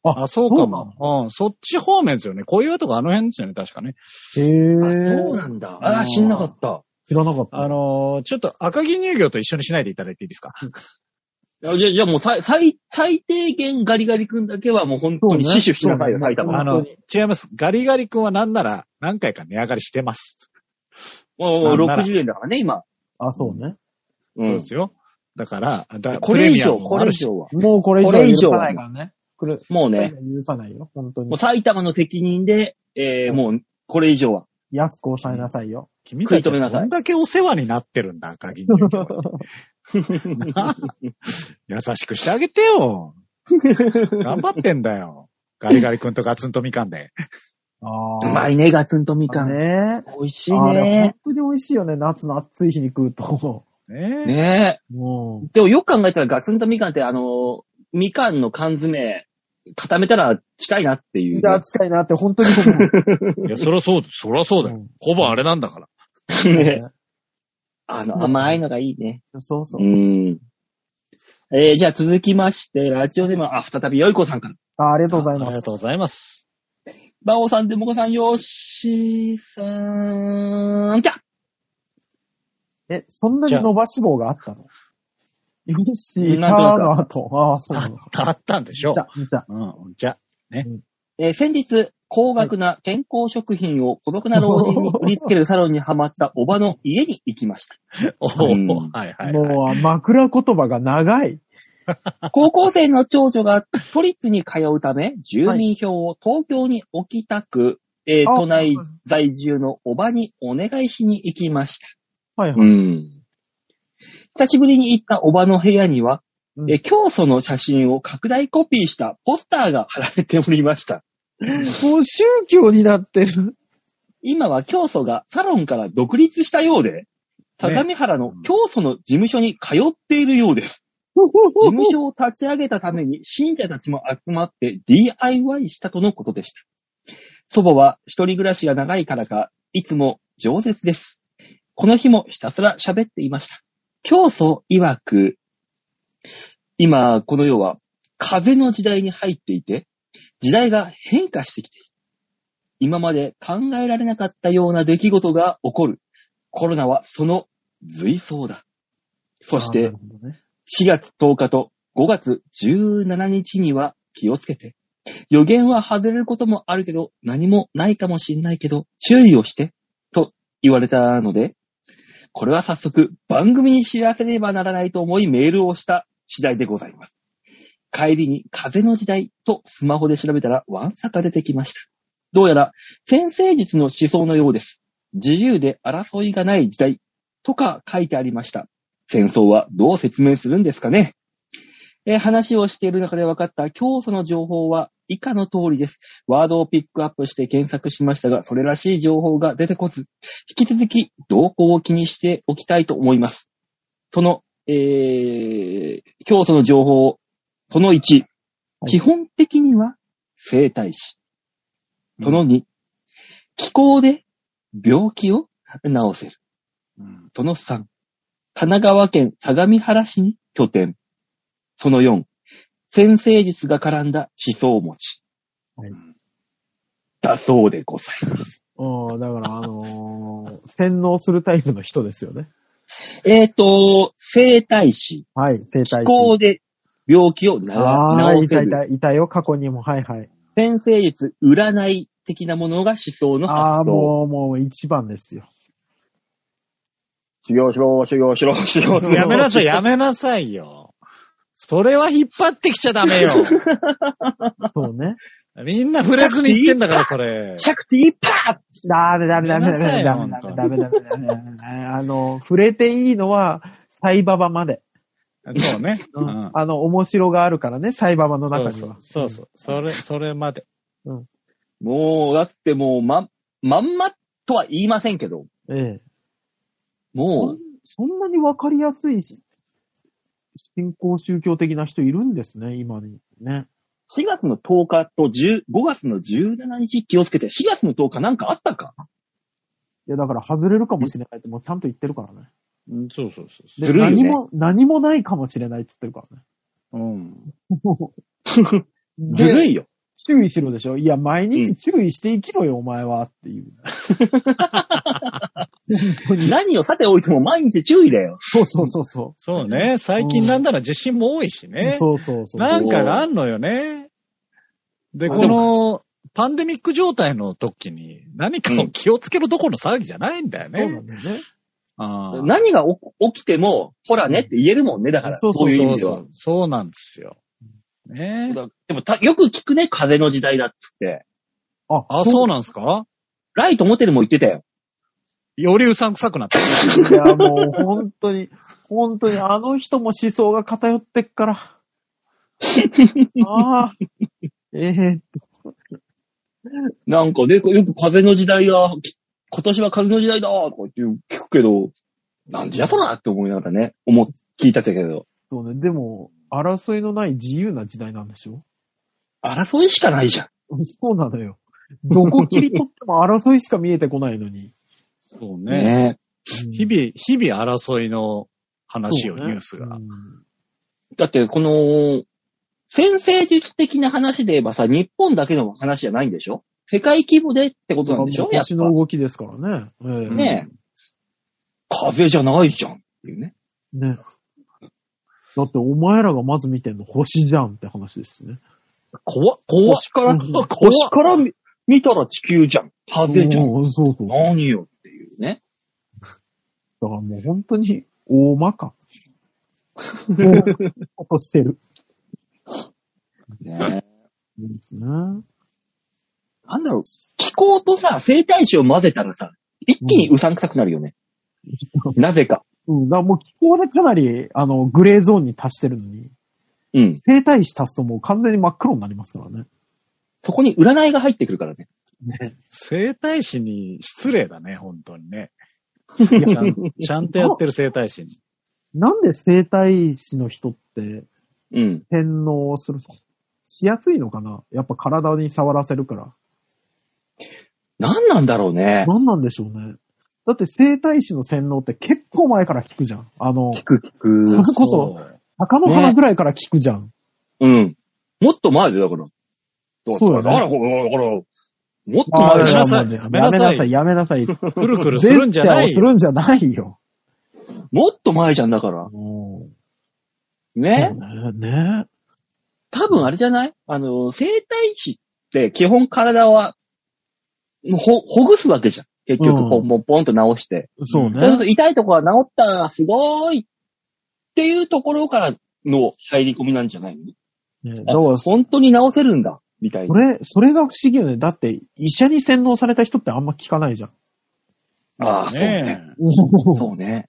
A: あ、そうかも。うん、そっち方面ですよね。小岩とかあの辺ですよね、確かね。
C: へ
B: あそう
C: ぇ
B: なんだ。
A: あ
B: あ
A: ー
B: ー、知んなかった。
C: 知らなかった。
A: あのーちょっと赤木乳業と一緒にしないでいただいていいですか。
B: いやじゃあ、じゃあもう最、最、最低限ガリガリ君だけはもう本当に
C: そうね
B: 死守しなさいよ、
C: そう
B: 埼
C: ね
B: 玉。
A: あ
B: も
A: の、
C: 本当
A: 違います。ガリガリ君はなんなら何回か値上がりしてます。
B: う
A: なんなら
B: 60円だからね、今。
C: あ、そうね。
B: う
A: そうんですよ。だから、だ
B: これ以上、
A: プレミアム
B: こ
A: もあ
B: れ
A: る
B: 以
A: し
B: 上は。
C: もうこれ以上は許さないからね。これ、
B: もうね、
C: 許さないよ、本当
B: も
C: に
B: う。埼玉の責任で、えー、もう、これ以上は。
C: 安く抑えなさいよ。
A: 君たち
B: 食い止め
A: は
B: なさい
A: どんだけお世話になってるんだ、赤木乳業に。優しくしてあげてよ。頑張ってんだよ。ガリガリ君とガツンとみかんで。
C: あ
B: うま
C: い
B: いね、ガツンとみかん。
C: ね
B: 美味しい
C: あれ、本
B: ね。
C: 当に美味しいよね、夏の暑い日に食うと。
A: ねえ。
B: ね
C: も。
B: え。でもよく考えたらガツンとみかんって、あの、みかんの缶詰、固めたら近いなっていうう。
C: じゃあ近いなって、本当に思う。
A: いや、そりゃそうだ。そりゃそうだ
C: う
A: よ
C: ん。
A: ほぼあれなんだから。
B: ね [laughs] あの、甘いのがいいね。
C: そうそう
B: う。ん。えー、じゃあ続きまして、ラジオでも、あ、再びよいこさんから。
C: あありがとうござい
A: あ
C: ま
A: りが
C: す
A: とう。ございます。
B: バオさん、デモコさん、ヨッシーさん、じゃ
C: え、そんなに伸ばし棒があったのよし、いた
B: なんとなく
C: の後。ああ、そうなの。
A: あったんでしょ
C: 見た、見た。
A: うん。じゃ、
B: えー先日、高額な健康食品を孤独な老人に売りつけるサロンにハマったおばの家に行きました。
A: おー
B: うん
A: [laughs] はいはい、はい。
C: もう、枕言葉が長い。
B: 高校生の長女が都立に通うため、住民票を東京に置きたく、えー
C: あ
B: 都内在住のおばにお願いしに行きました。
C: はいはい。
B: ん。久しぶりに行ったおばの部屋には、
C: うん
B: えー教祖の写真を拡大コピーしたポスターが貼られておりました。
C: もう宗教になってる。
B: 今は教祖がサロンから独立したようで、相模原の教祖の事務所に通っているようです。事務所を立ち上げたために信者たちも集まって DIY したとのことでした。祖母は一人暮らしが長いからか、いつも饒舌です。この日もひたすら喋っていました。教祖曰く、今この世は風の時代に入っていて、時代が変化してきている。今まで考えられなかったような出来事が起こる。コロナはその随想だ。そし
C: あー
B: て
C: なる、ほどね
B: 4月10日と5月17日には気をつけて。予言は外れることもあるけど、何もないかもしれないけど、注意をして、と言われたので、これは早速番組に知らせねばならないと思いメールをした次第でございます。帰りに風の時代とスマホで調べたらワンサカ出てきました。どうやら先生術の思想のようです。自由で争いがない時代とか書いてありました。戦争はどう説明するんですかね、えー話をしている中で分かった教祖の情報は以下の通りです。ワードをピックアップして検索しましたが、それらしい情報が出てこず、引き続き動向を気にしておきたいと思います。その、えー、教祖の情報、その1、
C: はい
B: 基本的には生体師。その2、気候で病気を治せる。
A: うん
B: その3、神奈川県相模原市に拠点。その4、先生術が絡んだ思想持ち。
C: はい
B: だそうでございます。
C: うん、だから、あのー [laughs] 洗脳するタイプの人ですよね。
B: えっ、と、生体師、
C: はい、生体
B: 気
C: 師。
B: 候で病気をな
C: ああ、
B: 治
C: い
B: せ
C: たい
B: る。
C: た、いたよ、過去にも。はいはい。
B: 先生術、占い的なものが思想の
C: ああ、
B: 発想。
C: もう、もう一番ですよ。
B: 修行しろ、修行しろ、修行しろ。
A: [laughs] やめなさい、やめなさいよ。それは引っ張ってきちゃダメ [laughs] よ。
C: そうね。
A: みんな触れずに言ってん [laughs] だから、それ。
B: 着地パ
C: [laughs] ダメダメダメダメダ
A: ごめん
C: メ
A: な
C: ダ
A: さい
C: メダメダメダメダメ。あの、触れていいのは、サイババまで。
A: そうね。う
C: うんん。。あの、面白があるからね、サイババの
A: そ
C: 中
A: う
C: に
A: そう
C: は。
A: そうそう。それ、それまで。
B: ーもう、だってもう、ま、まんまとは言いませんけど、
C: ええ。
B: もう、
C: そんなにわかりやすいし、信仰宗教的な人いるんですね、今に。ね。
B: 4月の10日と10 5月の17日気をつけて、4月の10日なんかあったか
C: いや、だから外れるかもしれないって、もうちゃんと言ってるからね。
A: そうそうそ
C: で
B: ずるいよね
C: 何も、何もないかもしれないって言ってるからね。
A: う。うん。
C: もう
B: ずる
C: で
B: いよ。
C: 注意しろでしょいや、毎
B: う
C: 日
B: ん
C: 注意して生きろよ、お前は、っていう。
B: [laughs] 何をさておいても毎日注意だよ。
C: そうそうそうそ
A: そうね。最近なんだら地震も多いし
C: う。
A: ね。
C: そうそうそう。
A: なんかがあんのよね。で、
B: ま
A: こ
B: あでも
A: の、パンデミック状態の時に何かを気をつけるどころの騒ぎじゃないんだよ
C: そうな
A: ね。
C: んだよね。
A: ああ
B: 何が起起きても、ほらねって言えるもんね、だから。
C: そうそう
B: い
C: そう
B: 意味
A: そう
B: で
A: そ
B: は。
A: う。そうなんですよ。ねえ。
B: だでもた、よく聞くね、風の時代だっつって。
C: あ
A: あ、そうなんですか
B: ライトモテルも言ってたよ。
A: よりうさんくさくなった。
C: いや、もう本当に、本当にあの人も思想が偏ってっから。ああ、ええ
B: なんかね、よく風の時代は、き今年は風の時代だとか言って聞くけど、なんじゃそらって思いながらね、思っ、聞いたけど、
C: そうね、でも、争いのない自由な時代なんでしょ
B: 争いしかないじゃん。
C: そうなのよ。どこ切り取っても争いしか見えてこないのに。
A: そう
B: ね
A: ね。
C: うん
A: 日々、日々争いの話を、ニュースが
C: う。ん
B: だって、この、先生術的な話で言えばさ、日本だけの話じゃないんでしょ世界規模でってことなんでしょやっ
C: 腰の動きですからね。ええ
B: ぱ。ねえ。風邪じゃないじゃんっていうね。
C: ね。だってお前らがまず見てんの星じゃんって話ですしね。
A: 怖っ、怖っ。
B: 星から、
C: うん
B: 星から見見たら地球じゃん。風邪じゃん。
C: うんそうそう。だか
B: 何よっていうね。
C: らもう本当に大まか。おとしてる。
B: ね
C: いいですね。
B: なんだろう、気候とさ、生態史を混ぜたらさ、一気にうさんくさくなるよね。なぜか。
C: うん。だからもう気候でかなり、あの、グレーゾーンに達してるのに、
B: うん。
C: 生態師足すともう完全に真っ黒になりますからね。
B: そこに占いが入ってくるからね。
A: 生体師に失礼だね、本当にね。
C: い
A: ち
C: や
A: ゃんちゃんとやってる生体師に。
C: なんで生体師の人って
B: うん。
C: 洗脳するしやすいのかなやっぱ体に触らせるから。
B: 何なんだろうね。
C: 何なんでしょうね。だって生体師の洗脳って結構前から聞くじゃん。あの、
B: 聞く聞く。
C: それこそ、鷹の花ぐらいから聞くじゃん。
B: うん。もっと前でだから。
C: そうだ
B: だ
C: ね
B: から、こうだから、もっと
C: あ
B: 前
A: ー
B: で
A: やめなさ
C: やめ
A: い
C: なさい、やめなさい。やめなさい
A: くるくるするんじゃない
C: ジェスチャーをするんじゃないよ。
B: もっと前じゃんだから。
C: もう
B: ね。
C: ねね
B: 多分あれじゃないあの、生体師って基本体は、ほ、ほぐすわけじゃん。結
C: う
B: 局、
C: ん
B: ポンポンポンと治して。
C: そうね。
B: そうすると痛いとこは治った、すごーいっていうところからの入り込みなんじゃないの
C: ねだから、そ
B: 本当に治せるんだ、みたいな。
C: れ、それが不思議よね。だって、医者に洗脳された人ってあんま聞かないじゃん。
B: ああ、そうね。
A: ね
B: そうね。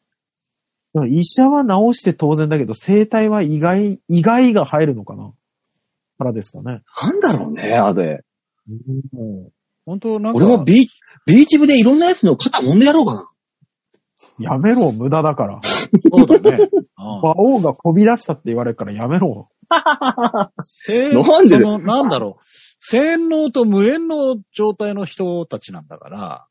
C: だから医者は治して当然だけど、生体は意外、意外が入るのかなからですかね。
B: なんだろうね、あれ。
A: 本当なんか、
B: 俺もビービーチ部でいろんなやつの肩揉んでやろう
C: [laughs]
B: かな。
C: やめろ、無駄だから。
A: そうだね。うん
C: 馬王がこび出したって言われるからやめ
A: [laughs]
C: ろ。
A: せ
B: なんで
A: その、なんだろう。洗脳と無縁の状態の人たちなんだから、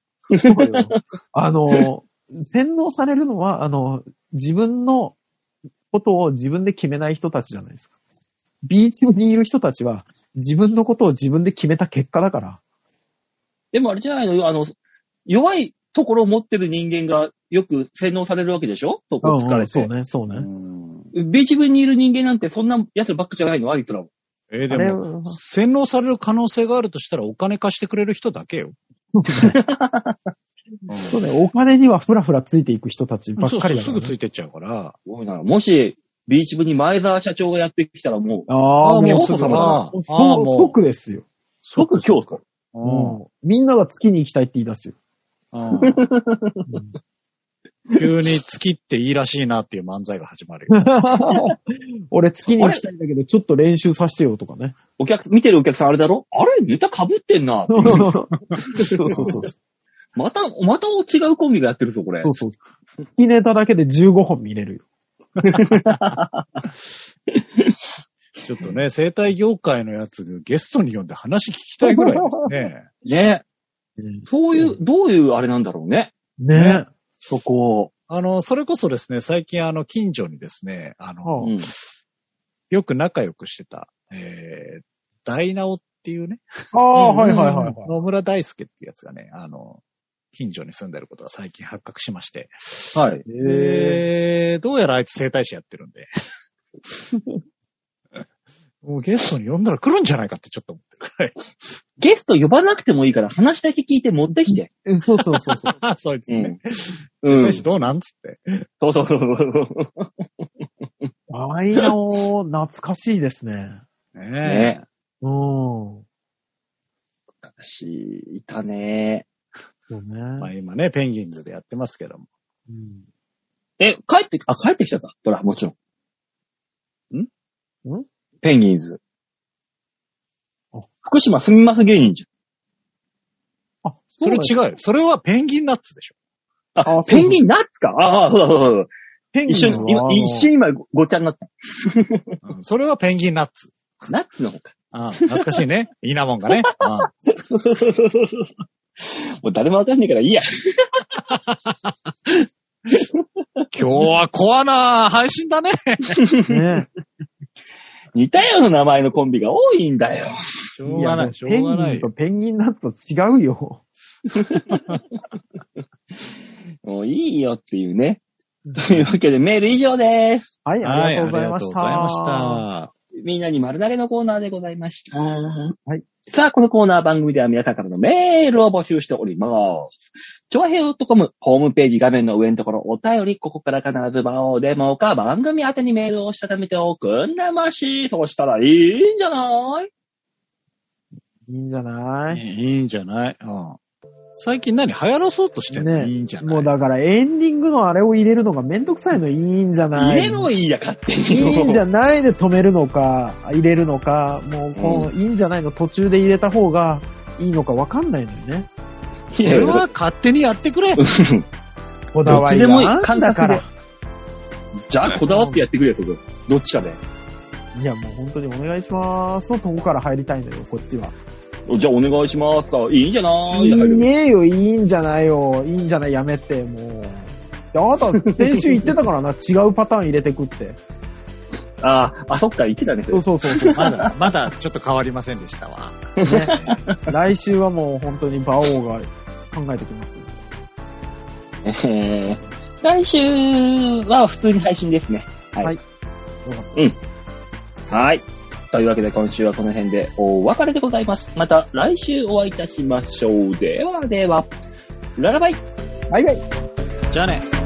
C: あの、洗脳されるのは、あの、自分のことを自分で決めない人たちじゃないですか。ビーチ部にいる人たちは、自分のことを自分で決めた結果だから。
B: でもあれじゃないのあの、弱いところを持ってる人間がよく洗脳されるわけでしょそこ疲
C: うんう
B: れ
C: んそう
B: て。
C: ね、そうね。
B: ビーチ部にいる人間なんてそんな奴らばっかじゃないのあいつらは。
A: えー
C: あ
A: で
C: れは
A: も、洗脳される可能性があるとしたらお金貸してくれる人だけよ。うん
C: そうね、お金にはふらふらついていく人たちばっ
A: そう
C: か
A: そ
C: り
A: う、
C: だ
A: す
C: から
A: ぐ
C: ね
A: ついてっちゃうから。
B: すごいな。もし、ビーチ部に前澤社長がやってきたらもう、
C: あ
B: も
C: あ、も
B: う
C: う、
B: すぐだ
A: あ
C: もう
A: ーあー、も
C: 即ですよ。
B: 即今日。
A: う。
C: うんみんなが月に行きたいって言い出すよ。
A: うん急に月っていいらしいなっていう漫才が始
C: [laughs]
A: まるよ。
C: 俺月に行きたいんだけど、ちょっと練習させてよとかね。
B: お客、見てるお客さんあれだろあれネタ被ってんなって
C: そ
B: いうう。
C: [laughs] そうそうそう。
B: また、また違うコンビがやってるぞ、これ
C: そ。うそう。月ネタだけで15本見れるよ。
A: ちょっとね、生態業界のやつゲストに呼んで話聞きたいぐらいで
C: [laughs]
A: すね。
B: ね。そういう
C: う、
B: どういうあれなんだろうね。
C: ね
B: そこ
A: あの、それこそですね、最近あの、近所にですね、あの、
C: はあ
B: うん。
A: よく仲良くしてた、えー、ダイナオっていうね、
C: ああ、はいはいはいはい。
A: 野村大輔ってやつがね、あの、近所に住んでることが最近発覚しまして。
B: はい。
A: えー、どうやらあいつ生態師やってるん [laughs] で。もうゲストに呼んだら来るんじゃないかってちょっと思ってるくらい。
B: ゲスト呼ばなくてもいいから話だけ聞いて持ってきて。
C: えそうそうそうそう。
A: [laughs] あそいつね。。
B: うん。
A: 生
B: そ
A: 態師どうなんつって。
B: うそうそうそう。
C: [laughs] あいなお、懐かしいですね。
A: ねえ。
B: ね。
C: うん。
B: 私、いたね。
C: そうね。
A: まあ今ね、ペンギンズでやってますけども。
C: うん
B: え、帰って、あ、帰ってきたか。ほら、もちろん。ん
C: ん
B: ペンギンズ
C: あ。
B: 福島住みます芸人じ
C: あ、
A: それ違うよ。それはペンギンナッツでしょ。
B: ゃん。
C: あ
B: あ、ペンギンナッツかああ、そうそうそう。
C: ペンギン
B: 一緒に、今、一
C: 緒
B: 瞬今ご、ごちゃになった。
A: うんそれはペンギンナッツ。
B: ナッツの方か。
A: あ懐かしい [laughs] ね。いいなもんがね。あ
B: そうそうそうそう。 [laughs] もう誰もわかんないからいいや。
A: 今日はコアな配信だね。
C: ね。
B: 似たような名前のコンビが多いんだよ。
A: しょうがない、しょうがな
C: ペンギ
A: い
C: ンと。ペンギンナッツは違うよ。
B: もういいよっていうね。 [laughs] というわけでメール以上です。
C: はい、ありがとうございました。。
A: はいありがとうございました。
B: みんなに丸投げのコーナーでございました。はいさあ、このコーナー番組では皆さんからのメールを募集しております。調和平 .com ホームページ画面の上のところお便り、ここから必ず番号デモか番組宛てにメールをしたためておくんなまし。そうしたらいいんじゃない
C: いいんじゃない、
A: いいいんじゃない、うん、最近何流行らそうとしてんの、
C: ね
A: いいんじゃない
C: もうだからエンディングのあれを入れるのがめんどくさいのいいんじゃ
B: 入
C: ない
B: れろいいや、勝手に。
C: いい
B: [laughs]
C: んじゃないで止めるのか、入れるのか、もうこの、いいんじゃないの途中で入れた方がいいのかわかんないのよね。
B: い
A: そ
B: や
A: れは勝手にやってくれ。
C: こだわり
B: どっちでもいい
C: があんただから。
B: じゃあ、こだわってやってくれよ、そこ。どっちかで。
C: いや、もう本当にお願いします。のとこから入りたいのよ、こっちは。
B: じゃあ、お願いします。あいいんじゃない
C: いいねよ、いいんじゃないよ、いいんじゃない、やめて、もう。であなた、先週言ってたからな、違うパターン入れてく [laughs] って。
B: ああ、あ、そっか、言ってたね。そ
C: そう
B: れ
C: そうそうそう。
A: [laughs] まだ、まだちょっと変わりませんでしたわ。
C: ね、来週はもう本当に馬王が考えてきます。
B: えー来週は普通に配信ですね。はい。
C: はいよかった
B: はい。というわけで今週はこの辺でお別れでございます。また来週お会いいたしましょう。ではでは、ララバイ
C: バイバイ
A: じゃあね。
B: バイ